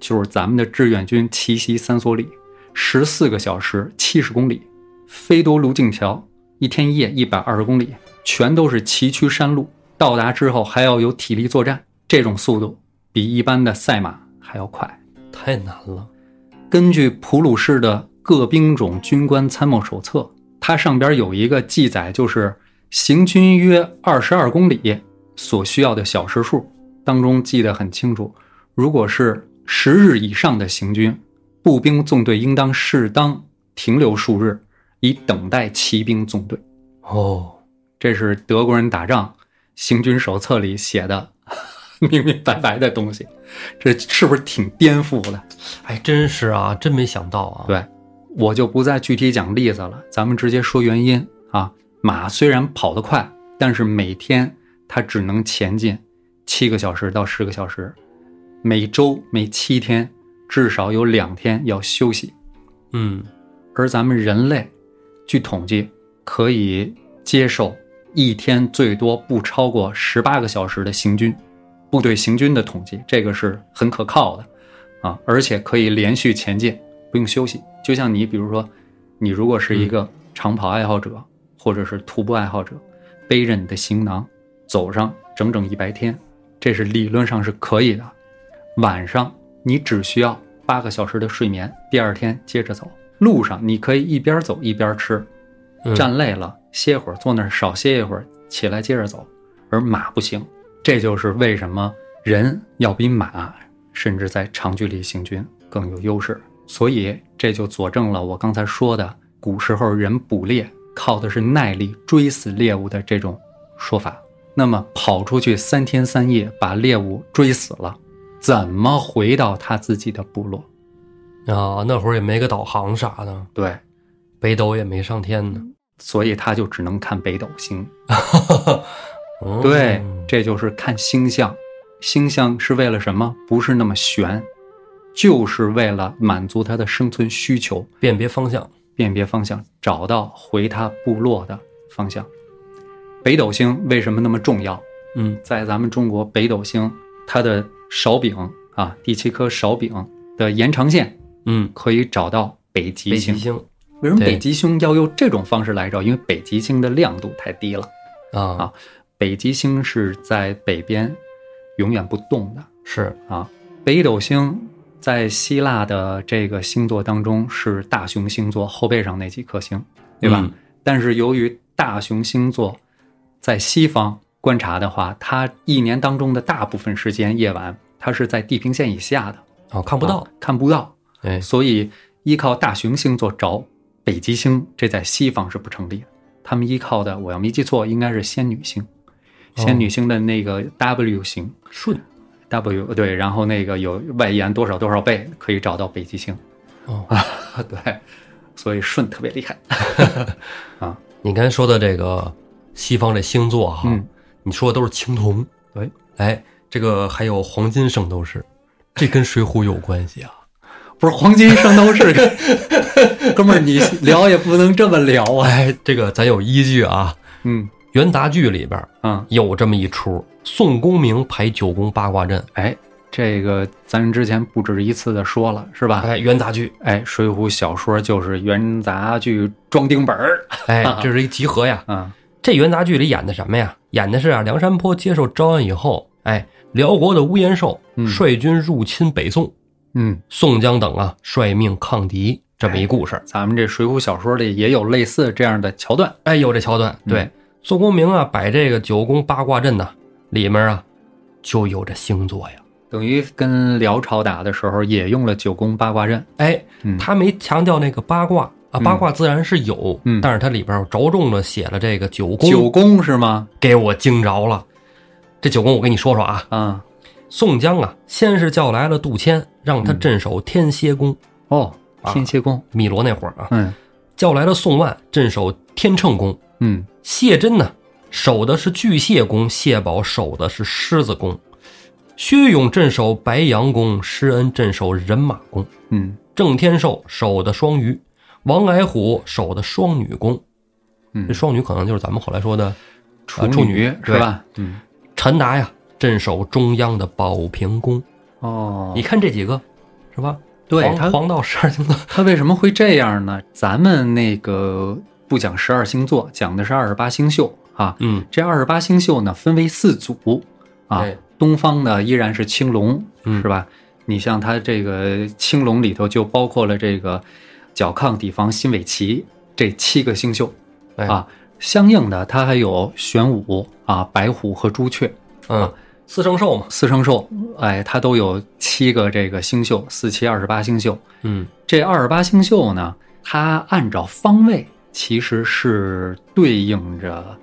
[SPEAKER 1] 就是咱们的志愿军奇袭三索里，十四个小时七十公里，飞多卢径桥。一天一夜一百二十公里，全都是崎岖山路。到达之后还要有体力作战，这种速度比一般的赛马还要快。
[SPEAKER 2] 太难了。
[SPEAKER 1] 根据普鲁士的各兵种军官参谋手册，它上边有一个记载，就是行军约二十二公里所需要的小时数，当中记得很清楚。如果是十日以上的行军，步兵纵队应当适当停留数日。以等待骑兵纵队，
[SPEAKER 2] 哦，
[SPEAKER 1] 这是德国人打仗行军手册里写的 [laughs] 明明白白的东西，这是不是挺颠覆的？
[SPEAKER 2] 哎，真是啊，真没想到啊。
[SPEAKER 1] 对，我就不再具体讲例子了，咱们直接说原因啊。马虽然跑得快，但是每天它只能前进七个小时到十个小时，每周每七天至少有两天要休息，
[SPEAKER 2] 嗯，
[SPEAKER 1] 而咱们人类。据统计，可以接受一天最多不超过十八个小时的行军，部队行军的统计，这个是很可靠的啊，而且可以连续前进，不用休息。就像你，比如说，你如果是一个长跑爱好者、或者是徒步爱好者，背着你的行囊走上整整一白天，这是理论上是可以的。晚上你只需要八个小时的睡眠，第二天接着走。路上你可以一边走一边吃，
[SPEAKER 2] 嗯
[SPEAKER 1] 站累了歇会儿，坐那儿少歇一会儿，起来接着走。而马不行，这就是为什么人要比马，甚至在长距离行军更有优势。所以这就佐证了我刚才说的，古时候人捕猎靠的是耐力追死猎物的这种说法。那么跑出去三天三夜把猎物追死了，怎么回到他自己的部落？
[SPEAKER 2] 啊，那会儿也没个导航啥的，
[SPEAKER 1] 对，
[SPEAKER 2] 北斗也没上天呢。 [laughs]
[SPEAKER 1] 所以他就只能看北斗星。
[SPEAKER 2] 嗯
[SPEAKER 1] 对，这就是看星象。星象是为了什么？不是那么玄，就是为了满足他的生存需求，
[SPEAKER 2] 辨别方向。
[SPEAKER 1] 辨别方向，找到回他部落的方向。北斗星为什么那么重要？
[SPEAKER 2] 嗯
[SPEAKER 1] 在咱们中国，北斗星它的勺柄啊，第七颗勺柄的延长线
[SPEAKER 2] 嗯，
[SPEAKER 1] 可以找到北极
[SPEAKER 2] 北
[SPEAKER 1] 星。
[SPEAKER 2] 极星
[SPEAKER 1] 为什么
[SPEAKER 2] 对
[SPEAKER 1] 北极星要用这种方式来找？因为北极星的亮度太低了。
[SPEAKER 2] 啊
[SPEAKER 1] 啊，北极星是在北边永远不动的
[SPEAKER 2] 是
[SPEAKER 1] 啊。北斗星在希腊的这个星座当中是大熊星座后背上那几颗星，对吧？
[SPEAKER 2] 嗯
[SPEAKER 1] 但是由于大熊星座在西方观察的话，它一年当中的大部分时间夜晚它是在地平线以下的，
[SPEAKER 2] 啊，看不到
[SPEAKER 1] 啊。看不到，
[SPEAKER 2] 哎，
[SPEAKER 1] 所以依靠大熊星座找北极星，这在西方是不成立的。他们依靠的，我要没记错，应该是仙女星，
[SPEAKER 2] 哦
[SPEAKER 1] 仙女星的那个 W 型、
[SPEAKER 2] 顺
[SPEAKER 1] w 对，然后那个有外延多少多少倍，可以找到北极星。
[SPEAKER 2] 哦。
[SPEAKER 1] 啊对，所以顺特别厉害。
[SPEAKER 2] 你刚才说的这个西方这星座哈，
[SPEAKER 1] 嗯
[SPEAKER 2] 你说的都是青铜，
[SPEAKER 1] 对，
[SPEAKER 2] 哎，这个还有黄金圣斗士，这跟水浒有关系啊？
[SPEAKER 1] 不是黄金圣斗士，哥们儿，你聊也不能这么聊啊。
[SPEAKER 2] 哎，这个咱有依据啊，
[SPEAKER 1] 嗯
[SPEAKER 2] 《元杂剧》里边
[SPEAKER 1] 啊、
[SPEAKER 2] 有这么一出，宋公明排九宫八卦阵，
[SPEAKER 1] 哎，这个咱之前不止一次的说了，是吧？
[SPEAKER 2] 哎，《元
[SPEAKER 1] [laughs]
[SPEAKER 2] 杂剧
[SPEAKER 1] 哎，《水浒》小说就是元杂剧装订本 [laughs] 儿》，
[SPEAKER 2] 哎，这是一集合呀。
[SPEAKER 1] 啊。
[SPEAKER 2] 这《元杂剧》里演的什么呀？演的是啊，梁山泊接受招安以后，哎，辽国的乌延寿
[SPEAKER 1] 嗯
[SPEAKER 2] 率军入侵北宋，
[SPEAKER 1] 嗯，
[SPEAKER 2] 宋江等啊率命抗敌，这么一故事。
[SPEAKER 1] 咱们这《水浒》小说里也有类似这样的桥段。
[SPEAKER 2] 哎哎，有这桥段。对，
[SPEAKER 1] 嗯
[SPEAKER 2] 宋公明啊，摆这个九宫八卦阵呐，里面啊，就有这星座呀。
[SPEAKER 1] 等于跟辽朝打的时候也用了九宫八卦阵。
[SPEAKER 2] 哎，
[SPEAKER 1] 嗯
[SPEAKER 2] 他没强调那个八卦啊，
[SPEAKER 1] 嗯
[SPEAKER 2] 八卦自然是有，
[SPEAKER 1] 嗯
[SPEAKER 2] 但是它里边着重的写了这个九宫，
[SPEAKER 1] 九宫是吗？
[SPEAKER 2] 给我惊着了。这九宫我跟你说说啊，
[SPEAKER 1] 啊，
[SPEAKER 2] 宋江啊，先是叫来了杜迁，让他镇守天蝎宫，
[SPEAKER 1] 哦，天蝎宫。
[SPEAKER 2] 汨罗那会儿啊，
[SPEAKER 1] 嗯
[SPEAKER 2] 叫来了宋万镇守天秤宫，
[SPEAKER 1] 嗯，
[SPEAKER 2] 谢真呢守的是巨蟹宫，谢宝守的是狮子宫，薛勇镇守白羊宫，施恩镇守人马宫，
[SPEAKER 1] 嗯
[SPEAKER 2] 郑天寿守的双鱼，王矮虎守的双女宫。
[SPEAKER 1] 嗯
[SPEAKER 2] 这双女可能就是咱们后来说的
[SPEAKER 1] 啊处
[SPEAKER 2] 处
[SPEAKER 1] 女
[SPEAKER 2] 女
[SPEAKER 1] 是吧？嗯，
[SPEAKER 2] 陈达呀，镇守中央的宝瓶宫。
[SPEAKER 1] 哦
[SPEAKER 2] 你，看这几个，是吧？
[SPEAKER 1] 对
[SPEAKER 2] 黄
[SPEAKER 1] 他
[SPEAKER 2] 黄道十二星座，
[SPEAKER 1] 他为什么会这样呢？咱们那个不讲十二星座，讲的是二十八星宿啊。
[SPEAKER 2] [laughs] 嗯，
[SPEAKER 1] 这二十八星宿呢，分为四组啊
[SPEAKER 2] 哎。
[SPEAKER 1] 东方呢依然是青龙，
[SPEAKER 2] 嗯
[SPEAKER 1] 是吧？你像它这个青龙里头就包括了这个角亢、底房、心尾奇这七个星宿
[SPEAKER 2] 哎
[SPEAKER 1] 啊。相应的，它还有玄武啊、白虎和朱雀。
[SPEAKER 2] 嗯，四圣兽嘛，
[SPEAKER 1] 四圣兽，哎，它都有七个这个星宿，四七二十八星宿。
[SPEAKER 2] 嗯，
[SPEAKER 1] 这二十八星宿呢，它按照方位其实是对应着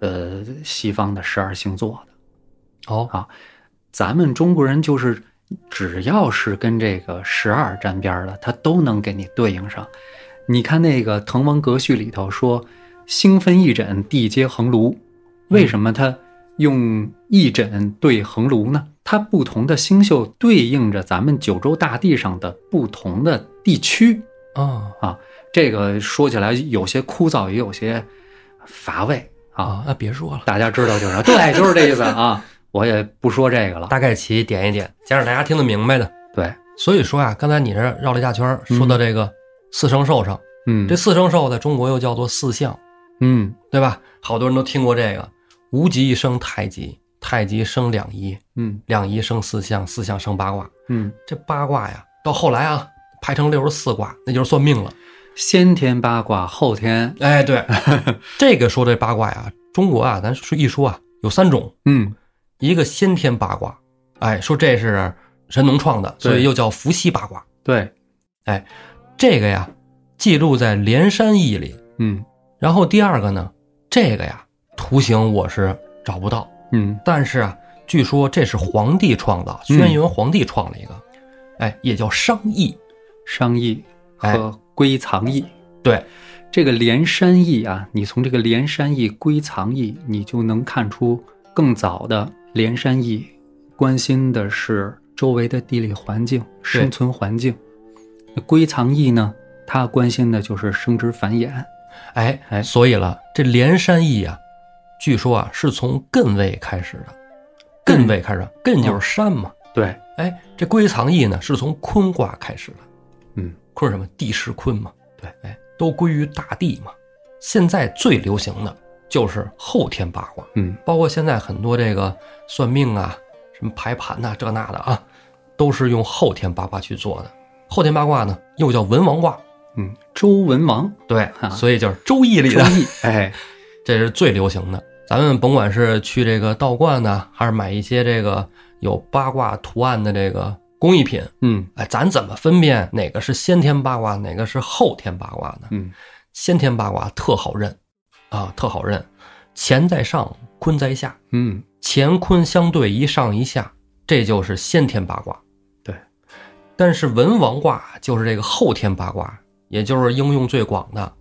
[SPEAKER 1] 呃西方的十二星座的。
[SPEAKER 2] 哦，
[SPEAKER 1] 咱们中国人就是只要是跟这个十二沾边儿的，它都能给你对应上。你看那个《滕王阁序》里头说“星分一枕，地接衡庐”，为什么它用一枕对衡庐呢？它不同的星宿对应着咱们九州大地上的不同的地区。
[SPEAKER 2] 啊
[SPEAKER 1] 这个说起来有些枯燥，也有些乏味啊。
[SPEAKER 2] 啊，那别说了，
[SPEAKER 1] 大家知道就是对，就是这意思啊。我也不说这个了。
[SPEAKER 2] 大概其点一点，讲点大家听得明白的。
[SPEAKER 1] 对，
[SPEAKER 2] 所以说啊，刚才你这绕了一大圈儿，
[SPEAKER 1] 嗯
[SPEAKER 2] 说到这个四圣兽上， [laughs]
[SPEAKER 1] 嗯，
[SPEAKER 2] 这四圣兽在中国又叫做四象，
[SPEAKER 1] 嗯
[SPEAKER 2] 对吧？好多人都听过这个，无极生太极，太极生两仪，
[SPEAKER 1] 嗯
[SPEAKER 2] 两仪生四象，四象生八卦。
[SPEAKER 1] 嗯，
[SPEAKER 2] 这八卦呀，到后来啊，排成六十四卦，那就是算命了。
[SPEAKER 1] 先天八卦，后天 [laughs]
[SPEAKER 2] 哎，对，这个说这八卦呀，中国啊，咱说一说啊，有三种，
[SPEAKER 1] 嗯
[SPEAKER 2] 一个先天八卦，哎，说这是神农创的，
[SPEAKER 1] 对
[SPEAKER 2] 所以又叫伏羲八卦。
[SPEAKER 1] 对
[SPEAKER 2] 这个呀，记录在《连山易》里。
[SPEAKER 1] 嗯
[SPEAKER 2] 然后第二个呢，这个呀，图形我是找不到，
[SPEAKER 1] 嗯
[SPEAKER 2] 但是啊，据说这是皇帝创的，
[SPEAKER 1] 嗯
[SPEAKER 2] 轩辕皇帝创了一个，哎，也叫商议。
[SPEAKER 1] 商议和归藏议。
[SPEAKER 2] 对，
[SPEAKER 1] 这个连山易啊，你从这个连山易、归藏易，你就能看出更早的连山易关心的是周围的地理环境、生存环境；那归藏易呢，它关心的就是生殖繁衍。
[SPEAKER 2] 哎
[SPEAKER 1] 哎
[SPEAKER 2] 所以了，这连山易啊，据说啊是从艮位开始的，艮位开始，
[SPEAKER 1] 嗯
[SPEAKER 2] 艮就是山嘛。
[SPEAKER 1] 对，
[SPEAKER 2] 哎，这归藏易呢是从坤卦开始的，
[SPEAKER 1] 嗯，
[SPEAKER 2] 坤是什么？地势坤嘛。
[SPEAKER 1] 对，
[SPEAKER 2] 哎，都归于大地嘛。现在最流行的就是后天八卦，
[SPEAKER 1] 嗯
[SPEAKER 2] 包括现在很多这个算命啊、什么排盘呐、这那的啊，都是用后天八卦去做的。后天八卦呢，又叫文王卦，
[SPEAKER 1] 嗯，周文王、
[SPEAKER 2] 对，
[SPEAKER 1] 啊
[SPEAKER 2] 所以就是《周易》里
[SPEAKER 1] 周
[SPEAKER 2] 的。
[SPEAKER 1] 易，哎，
[SPEAKER 2] 这是最流行的。咱们甭管是去这个道观呢，还是买一些这个有八卦图案的这个工艺品，
[SPEAKER 1] 嗯
[SPEAKER 2] 哎，咱怎么分辨哪个是先天八卦，哪个是后天八卦呢？
[SPEAKER 1] 嗯
[SPEAKER 2] 先天八卦特好认，啊，特好认，乾在上，坤在下，
[SPEAKER 1] 嗯
[SPEAKER 2] 乾坤相对，一上一下，这就是先天八卦。
[SPEAKER 1] 对，
[SPEAKER 2] 但是文王卦就是这个后天八卦，也就是应用最广的。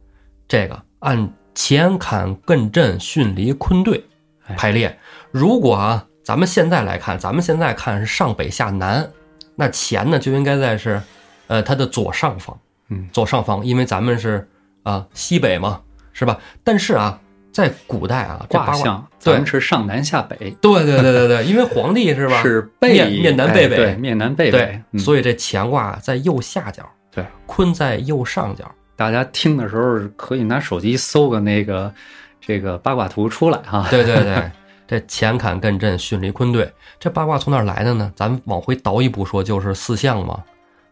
[SPEAKER 2] 这个按乾坎艮震巽离坤兑
[SPEAKER 1] 哎
[SPEAKER 2] 排列。如果啊，咱们现在来看，咱们现在看是上北下南，那乾呢就应该在是，呃，它的左上方。
[SPEAKER 1] 嗯
[SPEAKER 2] 左上方，因为咱们是啊、西北嘛，是吧？但是啊，在古代啊，这八
[SPEAKER 1] 卦象，咱们是上南下北，
[SPEAKER 2] 对对对对对，因为皇帝是吧？
[SPEAKER 1] 是背
[SPEAKER 2] 面面南背
[SPEAKER 1] 哎
[SPEAKER 2] 北
[SPEAKER 1] 对，面南背
[SPEAKER 2] 对
[SPEAKER 1] 北，，嗯
[SPEAKER 2] 所以这乾卦在右下角，
[SPEAKER 1] 对，
[SPEAKER 2] 坤在右上角。
[SPEAKER 1] 大家听的时候可以拿手机搜个那个这个八卦图出来哈、
[SPEAKER 2] 对对
[SPEAKER 1] [laughs]
[SPEAKER 2] 对，这乾坎艮震巽离坤兑，这八卦从哪儿来的呢？咱们往回倒一步说，就是四象嘛。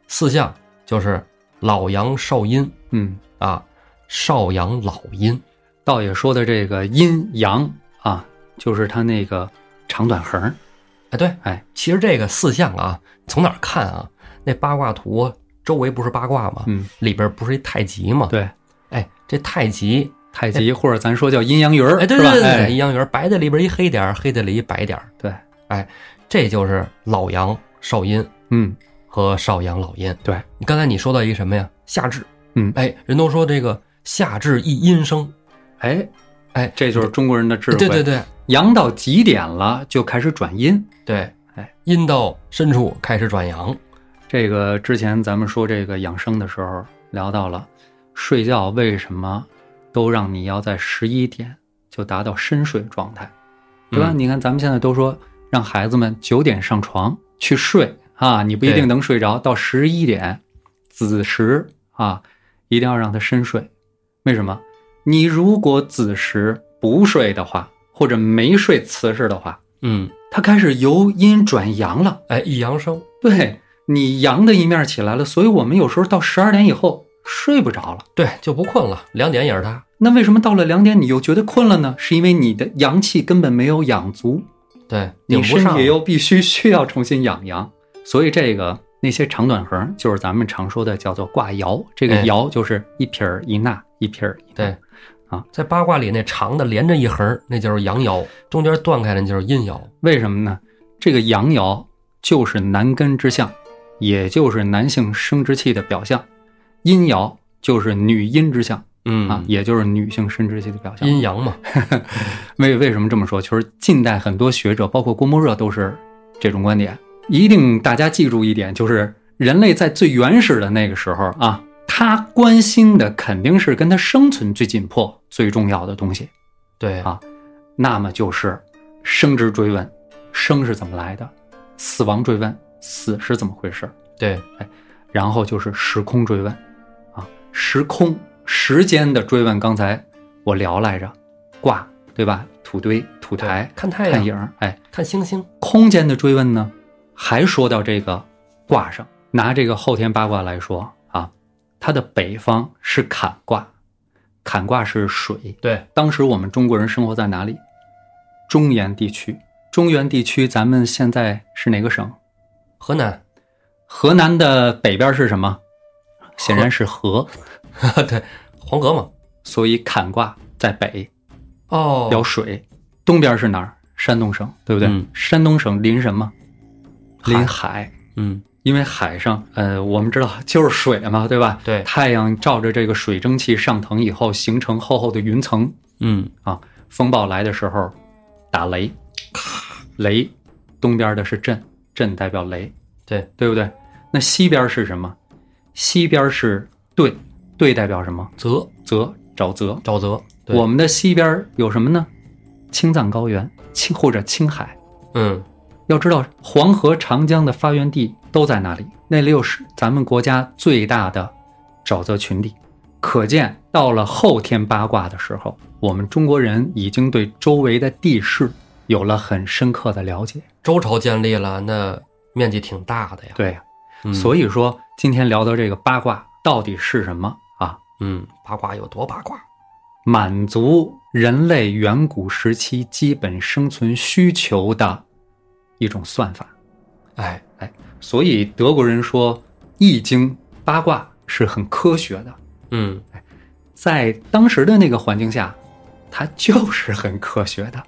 [SPEAKER 2] 四象就是老阳少阴
[SPEAKER 1] 嗯，
[SPEAKER 2] 啊，少阳老阴。
[SPEAKER 1] 道爷说的这个阴阳啊，就是它那个长短横，
[SPEAKER 2] 哎，对，
[SPEAKER 1] 哎，
[SPEAKER 2] 其实这个四象啊，从哪儿看啊？那八卦图周围不是八卦吗？
[SPEAKER 1] 嗯，
[SPEAKER 2] 里边不是一太极吗？，
[SPEAKER 1] 对，
[SPEAKER 2] 哎，这太极，
[SPEAKER 1] 太极或者咱说叫阴阳鱼儿，
[SPEAKER 2] 哎，对
[SPEAKER 1] 是
[SPEAKER 2] 对
[SPEAKER 1] 吧？
[SPEAKER 2] 对对，
[SPEAKER 1] 哎，
[SPEAKER 2] 阴阳圆，白的里边一黑点儿，黑的里一白点儿，哎
[SPEAKER 1] 对，
[SPEAKER 2] 这就是老阳少阴
[SPEAKER 1] 嗯，
[SPEAKER 2] 和少阳老阴。
[SPEAKER 1] 对，
[SPEAKER 2] 你刚才你说到一个什么呀？夏至，
[SPEAKER 1] 嗯
[SPEAKER 2] 哎，人都说这个夏至一阴生，
[SPEAKER 1] 哎，
[SPEAKER 2] 哎
[SPEAKER 1] 这就是中国人的智慧。
[SPEAKER 2] 对对，对
[SPEAKER 1] 阳到极点了就开始转阴。
[SPEAKER 2] 对，
[SPEAKER 1] 哎，
[SPEAKER 2] 阴到深处开始转阳，
[SPEAKER 1] 这个之前咱们说这个养生的时候聊到了，睡觉为什么都让你要在十一点就达到深睡状态，对吧？
[SPEAKER 2] 嗯
[SPEAKER 1] 你看咱们现在都说让孩子们九点上床去睡啊，你不一
[SPEAKER 2] 对
[SPEAKER 1] 定能睡着，到十一点子时啊，一定要让他深睡。为什么？你如果子时不睡的话，或者没睡瓷实的话，
[SPEAKER 2] 嗯，
[SPEAKER 1] 它开始由阴转阳了。
[SPEAKER 2] 哎，一阳生，
[SPEAKER 1] 对你阳的一面起来了，所以我们有时候到十二点以后睡不着了。
[SPEAKER 2] 对，就不困了，两点也是他，
[SPEAKER 1] 那为什么到了两点你又觉得困了呢？是因为你的阳气根本没有养足，
[SPEAKER 2] 对，
[SPEAKER 1] 你
[SPEAKER 2] 顶不
[SPEAKER 1] 身
[SPEAKER 2] 上
[SPEAKER 1] 体，又必须需要重新养阳，所以这个那些长短横就是咱们常说的叫做挂爻，这个
[SPEAKER 2] 哎
[SPEAKER 1] 爻就是一撇儿一捺，一撇儿一捺。
[SPEAKER 2] 对，在八卦里那长的连着一横儿，那就是阳爻，中间断开了那就是阴爻，
[SPEAKER 1] 为什么呢？这个阳爻就是男根之象，也就是男性生殖器的表象；阴爻就是女阴之象
[SPEAKER 2] 嗯
[SPEAKER 1] 啊，也就是女性生殖器的表象。
[SPEAKER 2] 阴阳嘛，
[SPEAKER 1] 为为什么这么说？就是近代很多学者，包括郭沫若，都是这种观点。一定大家记住一点，就是人类在最原始的那个时候啊，他关心的肯定是跟他生存最紧迫、最重要的东西，
[SPEAKER 2] 对
[SPEAKER 1] 啊那么就是生之追问，生是怎么来的？死亡追问，死是怎么回事？
[SPEAKER 2] 对，
[SPEAKER 1] 然后就是时空追问，啊，时空时间的追问。刚才我聊来着，卦对吧？土堆、土台、
[SPEAKER 2] 看太
[SPEAKER 1] 看
[SPEAKER 2] 阳，
[SPEAKER 1] 影儿，哎，
[SPEAKER 2] 看星星，
[SPEAKER 1] 空间的追问呢，还说到这个卦上，拿这个后天八卦来说啊，它的北方是坎卦，坎卦是水。
[SPEAKER 2] 对，
[SPEAKER 1] 当时我们中国人生活在哪里？中原地区。中原地区，咱们现在是哪个省？
[SPEAKER 2] 河南，
[SPEAKER 1] 河南的北边是什么？显然是河，
[SPEAKER 2] [laughs] 对，黄河嘛，
[SPEAKER 1] 所以坎卦在北，
[SPEAKER 2] 哦，
[SPEAKER 1] 有水。东边是哪儿？山东省，对不对？
[SPEAKER 2] 嗯
[SPEAKER 1] 山东省临什么？
[SPEAKER 2] 海
[SPEAKER 1] 临海，
[SPEAKER 2] 嗯，
[SPEAKER 1] 因为海上，呃，我们知道就是水嘛，对吧？
[SPEAKER 2] 对，
[SPEAKER 1] 太阳照着这个水蒸气上腾以后，形成厚厚的云层，
[SPEAKER 2] 嗯，
[SPEAKER 1] 啊风暴来的时候打雷，雷，东边的是震，震代表雷，
[SPEAKER 2] 对，
[SPEAKER 1] 对不对？那西边是什么？西边是兑，兑代表什么？
[SPEAKER 2] 泽，
[SPEAKER 1] 泽，沼泽。
[SPEAKER 2] 沼泽，对
[SPEAKER 1] 我，们的西边有什么呢？青藏高原，青或者青海。
[SPEAKER 2] 嗯，
[SPEAKER 1] 要知道，黄河、长江的发源地都在哪里？那里有是咱们国家最大的沼泽群地。可见，到了后天八卦的时候，我们中国人已经对周围的地势有了很深刻的了解。
[SPEAKER 2] 周朝建立了，那面积挺大的呀，嗯
[SPEAKER 1] 对呀、
[SPEAKER 2] 对
[SPEAKER 1] 所
[SPEAKER 2] 以，
[SPEAKER 1] 以说今天聊到这个八卦到底是什么啊？
[SPEAKER 2] 嗯，八卦有多八卦，
[SPEAKER 1] 满足人类远古时期基本生存需求的一种算法。
[SPEAKER 2] 哎，
[SPEAKER 1] 所以德国人说，《易经》八卦是很科学的，
[SPEAKER 2] 嗯，
[SPEAKER 1] 在当时的那个环境下，它就是很科学的，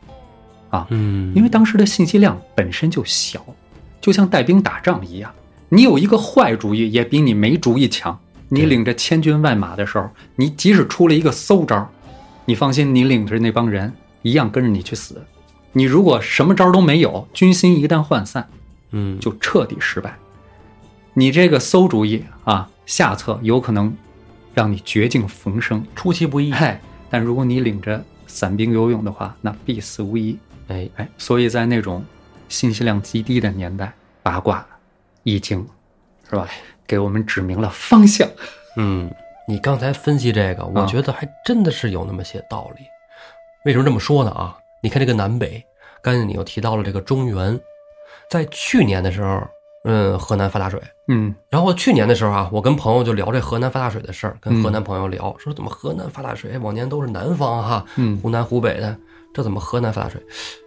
[SPEAKER 2] 嗯，
[SPEAKER 1] 因为当时的信息量本身就小，就像带兵打仗一样，你有一个坏主意也比你没主意强。你
[SPEAKER 2] 对
[SPEAKER 1] 领着千军万马的时候，你即使出了一个馊招儿，你放心，你领着那帮人一样跟着你去死。你如果什么招儿都没有，军心一旦涣散，
[SPEAKER 2] 嗯，
[SPEAKER 1] 就彻底失败。你这个馊主意啊，下策有可能让你绝境逢生，
[SPEAKER 2] 出其不意，
[SPEAKER 1] 哎，但如果你领着散兵游泳的话，那必死无疑。
[SPEAKER 2] 哎，
[SPEAKER 1] 哎，所以在那种信息量极低的年代，八卦、易经，是吧？给我们指明了方向。
[SPEAKER 2] 嗯，你刚才分析这个，我
[SPEAKER 1] 啊
[SPEAKER 2] 觉得还真的是有那么些道理。为什么这么说呢？啊，你看这个南北，刚才你又提到了这个中原，在去年的时候，嗯，河南发大水。
[SPEAKER 1] 嗯
[SPEAKER 2] 然后去年的时候啊，我跟朋友就聊这河南发大水的事儿，跟
[SPEAKER 1] 嗯
[SPEAKER 2] 河南朋友聊，说怎么河南发大水，哎往年都是南方哈，
[SPEAKER 1] 嗯
[SPEAKER 2] 湖南、湖北的，这怎么河南发大水？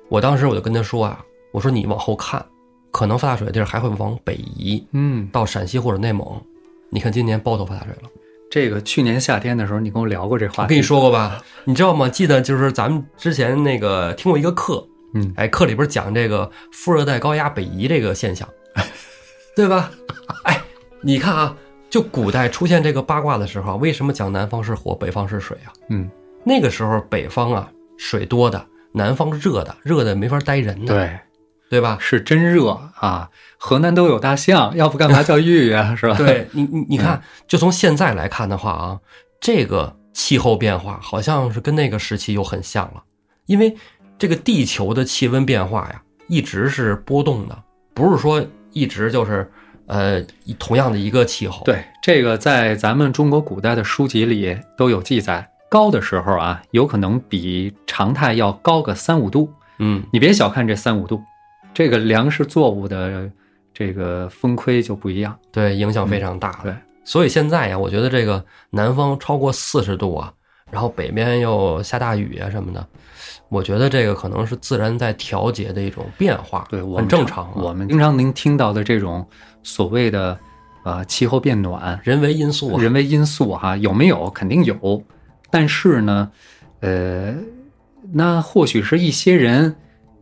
[SPEAKER 2] 我当时我就跟他说啊，我说你往后看，可能发大水的地儿还会往北移，
[SPEAKER 1] 嗯，
[SPEAKER 2] 到陕西或者内蒙。你看今年包头发大水了，
[SPEAKER 1] 这个去年夏天的时候，你跟我聊过这话
[SPEAKER 2] 我
[SPEAKER 1] 题，
[SPEAKER 2] 跟你，说过吧？你知道吗？记得就是咱们之前那个听过一个课，
[SPEAKER 1] 嗯，
[SPEAKER 2] 哎，课里边讲这个副热带高压北移这个现象，对吧？哎，你看啊，就古代出现这个八卦的时候，啊为什么讲南方是火，北方是水啊？
[SPEAKER 1] 嗯，
[SPEAKER 2] 那个时候北方啊水多的，南方热的，热的没法待人呢，
[SPEAKER 1] 对，
[SPEAKER 2] 对吧？
[SPEAKER 1] 是真热啊！河南都有大象，要不干嘛叫豫呀、 [laughs] 是吧？，
[SPEAKER 2] 对你，你你
[SPEAKER 1] 嗯
[SPEAKER 2] 看，就从现在来看的话啊，这个气候变化好像是跟那个时期又很像了，因为这个地球的气温变化呀，一直是波动的，不是说一直就是呃一同样的一个气候。，
[SPEAKER 1] 对，这个在咱们中国古代的书籍里都有记载。高的时候啊，有可能比常态要高个三五度。
[SPEAKER 2] 嗯，
[SPEAKER 1] 你别小看这三五度，这个粮食作物的这个风亏就不一样。
[SPEAKER 2] 对，影响非常大的。
[SPEAKER 1] 嗯对，
[SPEAKER 2] 所以现在呀，我觉得这个南方超过四十度啊，然后北边又下大雨啊什么的，我觉得这个可能是自然在调节的一种变化，
[SPEAKER 1] 对，我们
[SPEAKER 2] 很正常、啊。
[SPEAKER 1] 我们经常能听到的这种所谓的呃气候变暖，
[SPEAKER 2] 人为因素啊，
[SPEAKER 1] 人为因素哈、有没有？肯定有，但是呢，呃，那或许是一些人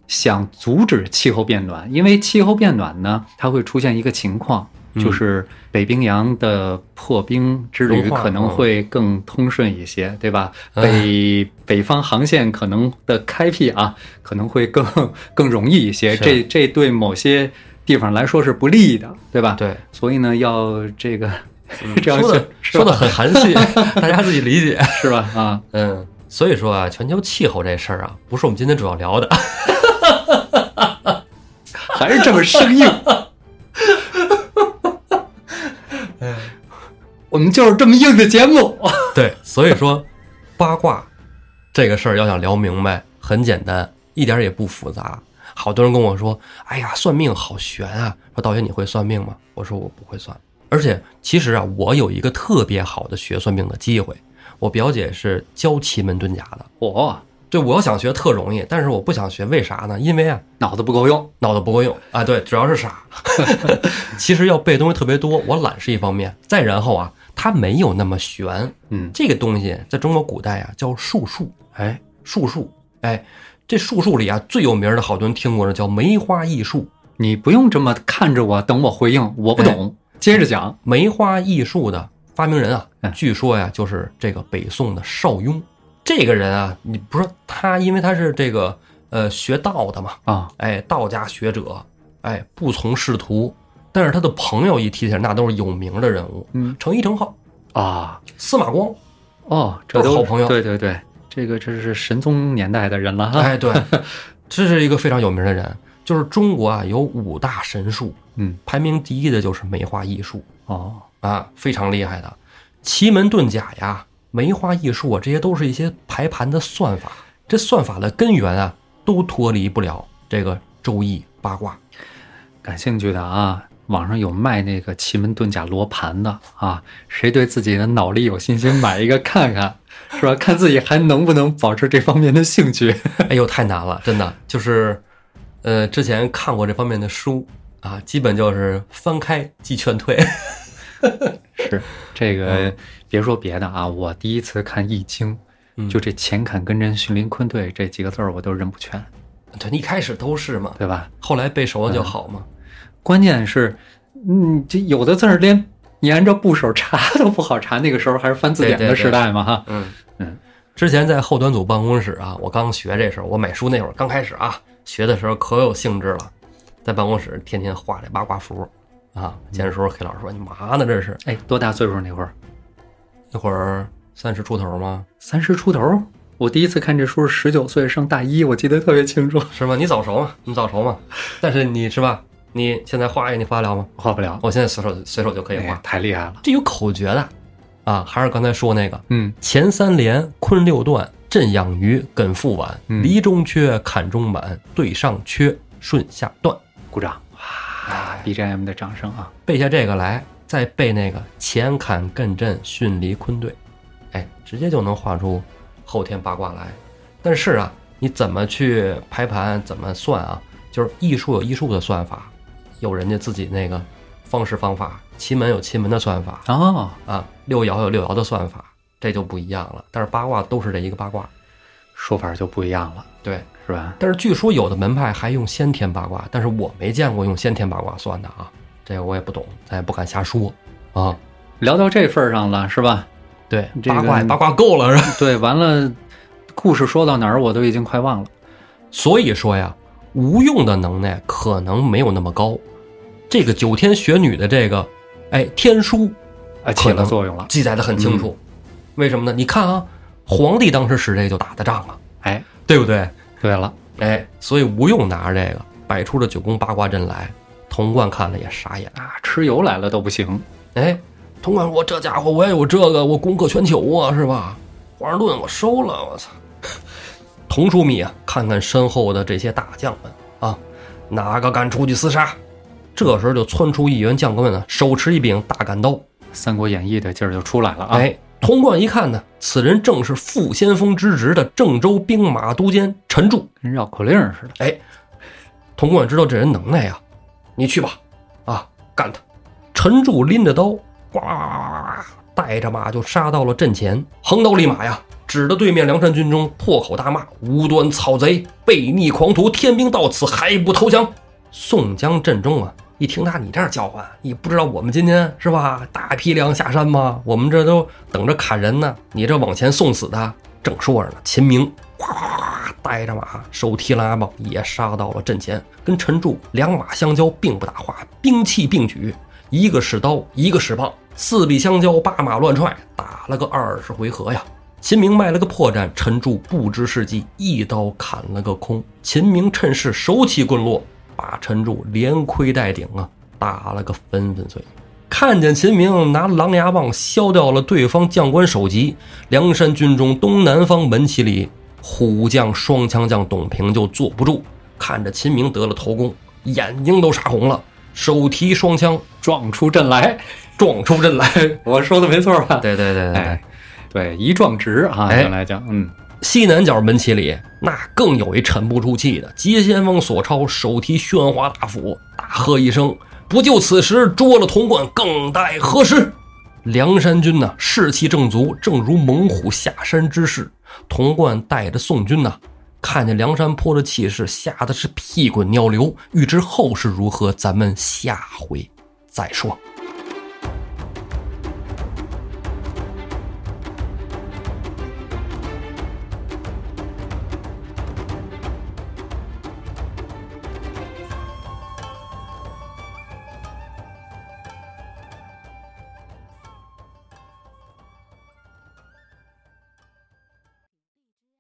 [SPEAKER 1] 想阻止气候变暖，因为气候变暖呢，它会出现一个情况，
[SPEAKER 2] 嗯
[SPEAKER 1] 就是北冰洋的破冰之旅
[SPEAKER 2] 融化
[SPEAKER 1] 可能会更通顺一些，对吧？
[SPEAKER 2] 哎
[SPEAKER 1] 北北方航线可能的开辟啊，可能会更更容易一些，
[SPEAKER 2] 是
[SPEAKER 1] 这这对某些地方来说是不利的，对吧？
[SPEAKER 2] 对，
[SPEAKER 1] 所以呢，要这个 [laughs] 这样
[SPEAKER 2] 嗯
[SPEAKER 1] 想
[SPEAKER 2] 说的
[SPEAKER 1] 是
[SPEAKER 2] 说的
[SPEAKER 1] 吧？
[SPEAKER 2] 很含蓄，大家自己理解。
[SPEAKER 1] 是吧？啊，
[SPEAKER 2] 嗯，所以说啊，全球气候这事儿啊，不是我们今天主要聊的。
[SPEAKER 1] 还是这么生
[SPEAKER 2] [laughs]
[SPEAKER 1] 硬。哎我们就是这么硬的节目。
[SPEAKER 2] 对，所以说八卦这个事儿要想聊明白，很简单，一点儿也不复杂。好多人跟我说：“哎呀，算命好悬啊！”说道爷，你会算命吗？我说我不会算。而且其实啊，我有一个特别好的学算命的机会。我表姐是教奇门遁甲的，
[SPEAKER 1] 我
[SPEAKER 2] 对我要想学特容易，但是我不想学，为啥呢？因为啊，
[SPEAKER 1] 脑子不够用，
[SPEAKER 2] 脑子不够用啊，对，主要是傻。 [laughs] 其实要背东西特别多，我懒是一方面，再然后啊，它没有那么玄。
[SPEAKER 1] 嗯，
[SPEAKER 2] 这个东西在中国古代啊叫术数，
[SPEAKER 1] 哎，
[SPEAKER 2] 术数，哎，这术数里啊最有名的，好多人听过的叫梅花易数。
[SPEAKER 1] 你不用这么看着我，等我回应，我不懂，
[SPEAKER 2] 哎
[SPEAKER 1] 接着讲。
[SPEAKER 2] 梅花易数的发明人啊
[SPEAKER 1] 嗯，
[SPEAKER 2] 据说呀就是这个北宋的邵雍。这个人啊，你不说他，因为他是这个呃学道的嘛，
[SPEAKER 1] 啊，
[SPEAKER 2] 哎，道家学者，哎，不从仕途，但是他的朋友一提起来，那都是有名的人物，
[SPEAKER 1] 嗯
[SPEAKER 2] 程颐、程颢、
[SPEAKER 1] 啊，
[SPEAKER 2] 司马光，
[SPEAKER 1] 哦，这
[SPEAKER 2] 都
[SPEAKER 1] 都
[SPEAKER 2] 是好朋友
[SPEAKER 1] 对对对，这个这是神宗年代的人了哈。
[SPEAKER 2] 哎，对， [laughs] 这是一个非常有名的人。就是中国啊，有五大神术，
[SPEAKER 1] 嗯，
[SPEAKER 2] 排名第一的就是梅花易数
[SPEAKER 1] 哦，
[SPEAKER 2] 啊，非常厉害的。奇门遁甲呀，梅花易数啊，这些都是一些排盘的算法，这算法的根源啊，都脱离不了这个周易八卦。
[SPEAKER 1] 感兴趣的啊，网上有卖那个奇门遁甲罗盘的啊，谁对自己的脑力有信心，买一个看看， [laughs] 是吧？看自己还能不能保持这方面的兴趣。 [laughs]
[SPEAKER 2] 哎呦，太难了，真的就是，呃，之前看过这方面的书啊，基本就是翻开即劝退。 [laughs]
[SPEAKER 1] 是这个，别说别的啊，我第一次看《易经》
[SPEAKER 2] 嗯，
[SPEAKER 1] 就这乾坎艮震巽临坤兑这几个字儿，我都认不全，
[SPEAKER 2] 对，你一开始都是嘛，
[SPEAKER 1] 对吧？
[SPEAKER 2] 后来背熟了就好嘛。
[SPEAKER 1] 关键是，嗯，这有的字儿连你按照部首查都不好查，那个时候还是翻字典
[SPEAKER 2] 对
[SPEAKER 1] 的
[SPEAKER 2] 对对
[SPEAKER 1] 时代嘛，哈。
[SPEAKER 2] 嗯
[SPEAKER 1] 嗯，
[SPEAKER 2] 之前在后端组办公室啊，我刚学这事儿，我买书那会儿刚开始啊，学的时候可有兴致了，在办公室天天画这八卦符啊。见的时候，黑老师说：“你嘛呢？这是
[SPEAKER 1] 哎，多大岁数那会儿？
[SPEAKER 2] 一会儿三十出头吗？
[SPEAKER 1] 三十出头。我第一次看这书是十九岁上大一，我记得特别清楚。
[SPEAKER 2] 是吗？你早熟嘛，你早熟嘛。 [laughs] 但是你是吧？你现在画呀，你画得了吗？
[SPEAKER 1] 画不了，
[SPEAKER 2] 我现在随手随手就可以画
[SPEAKER 1] 哎。太厉害了。
[SPEAKER 2] 这有口诀的啊，还是刚才说那个
[SPEAKER 1] 嗯，
[SPEAKER 2] 前三连、坤六段、震养鱼、艮复碗、
[SPEAKER 1] 嗯
[SPEAKER 2] 离中缺、坎中满、对上缺、顺下断。
[SPEAKER 1] 鼓掌
[SPEAKER 2] 哎，
[SPEAKER 1] ，BGM 的掌声啊！
[SPEAKER 2] 背下这个来，再背那个乾坎艮震巽离坤兑，哎，直接就能画出后天八卦来。但是啊，你怎么去排盘，怎么算啊？就是艺术有艺术的算法，有人家自己那个方式方法，奇门有奇门的算法
[SPEAKER 1] 哦，
[SPEAKER 2] 啊，六爻有六爻的算法，这就不一样了。但是八卦都是这一个八卦，
[SPEAKER 1] 说法就不一样了，
[SPEAKER 2] 对。
[SPEAKER 1] 是吧？
[SPEAKER 2] 但是据说有的门派还用先天八卦，但是我没见过用先天八卦算的啊，这个我也不懂，咱也不敢瞎说啊。
[SPEAKER 1] 聊到这份儿上了，是吧？
[SPEAKER 2] 对，
[SPEAKER 1] 这个
[SPEAKER 2] 八卦也八卦够了是吧？ [laughs]
[SPEAKER 1] 对，完了，故事说到哪儿我都已经快忘了。
[SPEAKER 2] 所以说呀，无用的能耐可能没有那么高。这个九天玄女的这个，哎，天书
[SPEAKER 1] 啊，
[SPEAKER 2] 可
[SPEAKER 1] 起了
[SPEAKER 2] 能
[SPEAKER 1] 作用了。
[SPEAKER 2] 记载的很清楚，
[SPEAKER 1] 嗯
[SPEAKER 2] 为什么呢？你看啊，皇帝当时使这个就打的仗啊，
[SPEAKER 1] 哎，
[SPEAKER 2] 对不对？
[SPEAKER 1] 对了，
[SPEAKER 2] 哎，所以吴用拿着这个摆出了九宫八卦阵来，童贯看了也傻眼。
[SPEAKER 1] 啊，蚩尤来了都不行。
[SPEAKER 2] 哎，童贯说：“我这家伙我也有这个，我攻克全球啊，是吧？华盛顿我收了，我操！”童枢密啊，看看身后的这些大将们啊，哪个敢出去厮杀？这时候就窜出一员将官呢，手持一柄大砍刀。
[SPEAKER 1] 《三国演义》的劲儿就出来了啊！
[SPEAKER 2] 哎，童贯一看呢，此人正是副先锋之职的郑州兵马都监陈柱。
[SPEAKER 1] 跟绕口令儿似的。
[SPEAKER 2] 哎，童贯知道这人能耐呀、你去吧，啊，干他！陈柱拎着刀，呱，带着马就杀到了阵前，横刀立马呀，指着对面梁山军中破口大骂：“无端草贼，悖逆狂徒，天兵到此还不投降！”宋江阵中啊，一听他你这样叫唤，你不知道我们今天是吧，大批量下山吗？我们这都等着砍人呢，你这往前送死的。正说着呢，秦明咵带着马，手提拉棒也杀到了阵前，跟陈柱两马相交，并不打话，兵器并举，一个使刀，一个使棒，四臂相交，八马乱踹，打了个二十回合呀。秦明卖了个破绽，陈柱不知是计，一刀砍了个空。秦明趁势手起棍落，把陈柱连盔带顶啊打了个粉粉碎。看见秦明拿狼牙棒削掉了对方将官首级，梁山军中东南方门旗里，虎将双枪将董平就坐不住，看着秦明得了头功，眼睛都杀红了，手提双枪
[SPEAKER 1] 撞出阵来， [laughs]
[SPEAKER 2] 撞出阵来。 [laughs]
[SPEAKER 1] 我说的没错吧？
[SPEAKER 2] 对对对对对
[SPEAKER 1] 哎，对，一撞直啊，
[SPEAKER 2] 哎
[SPEAKER 1] 原来讲，嗯，
[SPEAKER 2] 西南角门旗里，那更有一沉不住气的接先锋索超，手提宣华大斧，大喝一声：“不就此时捉了童贯，更待何时？”梁山军呢，士气正足，正如猛虎下山之势。童贯带着宋军呢，看见梁山坡的气势，吓得是屁滚尿流。欲知后事如何，咱们下回再说。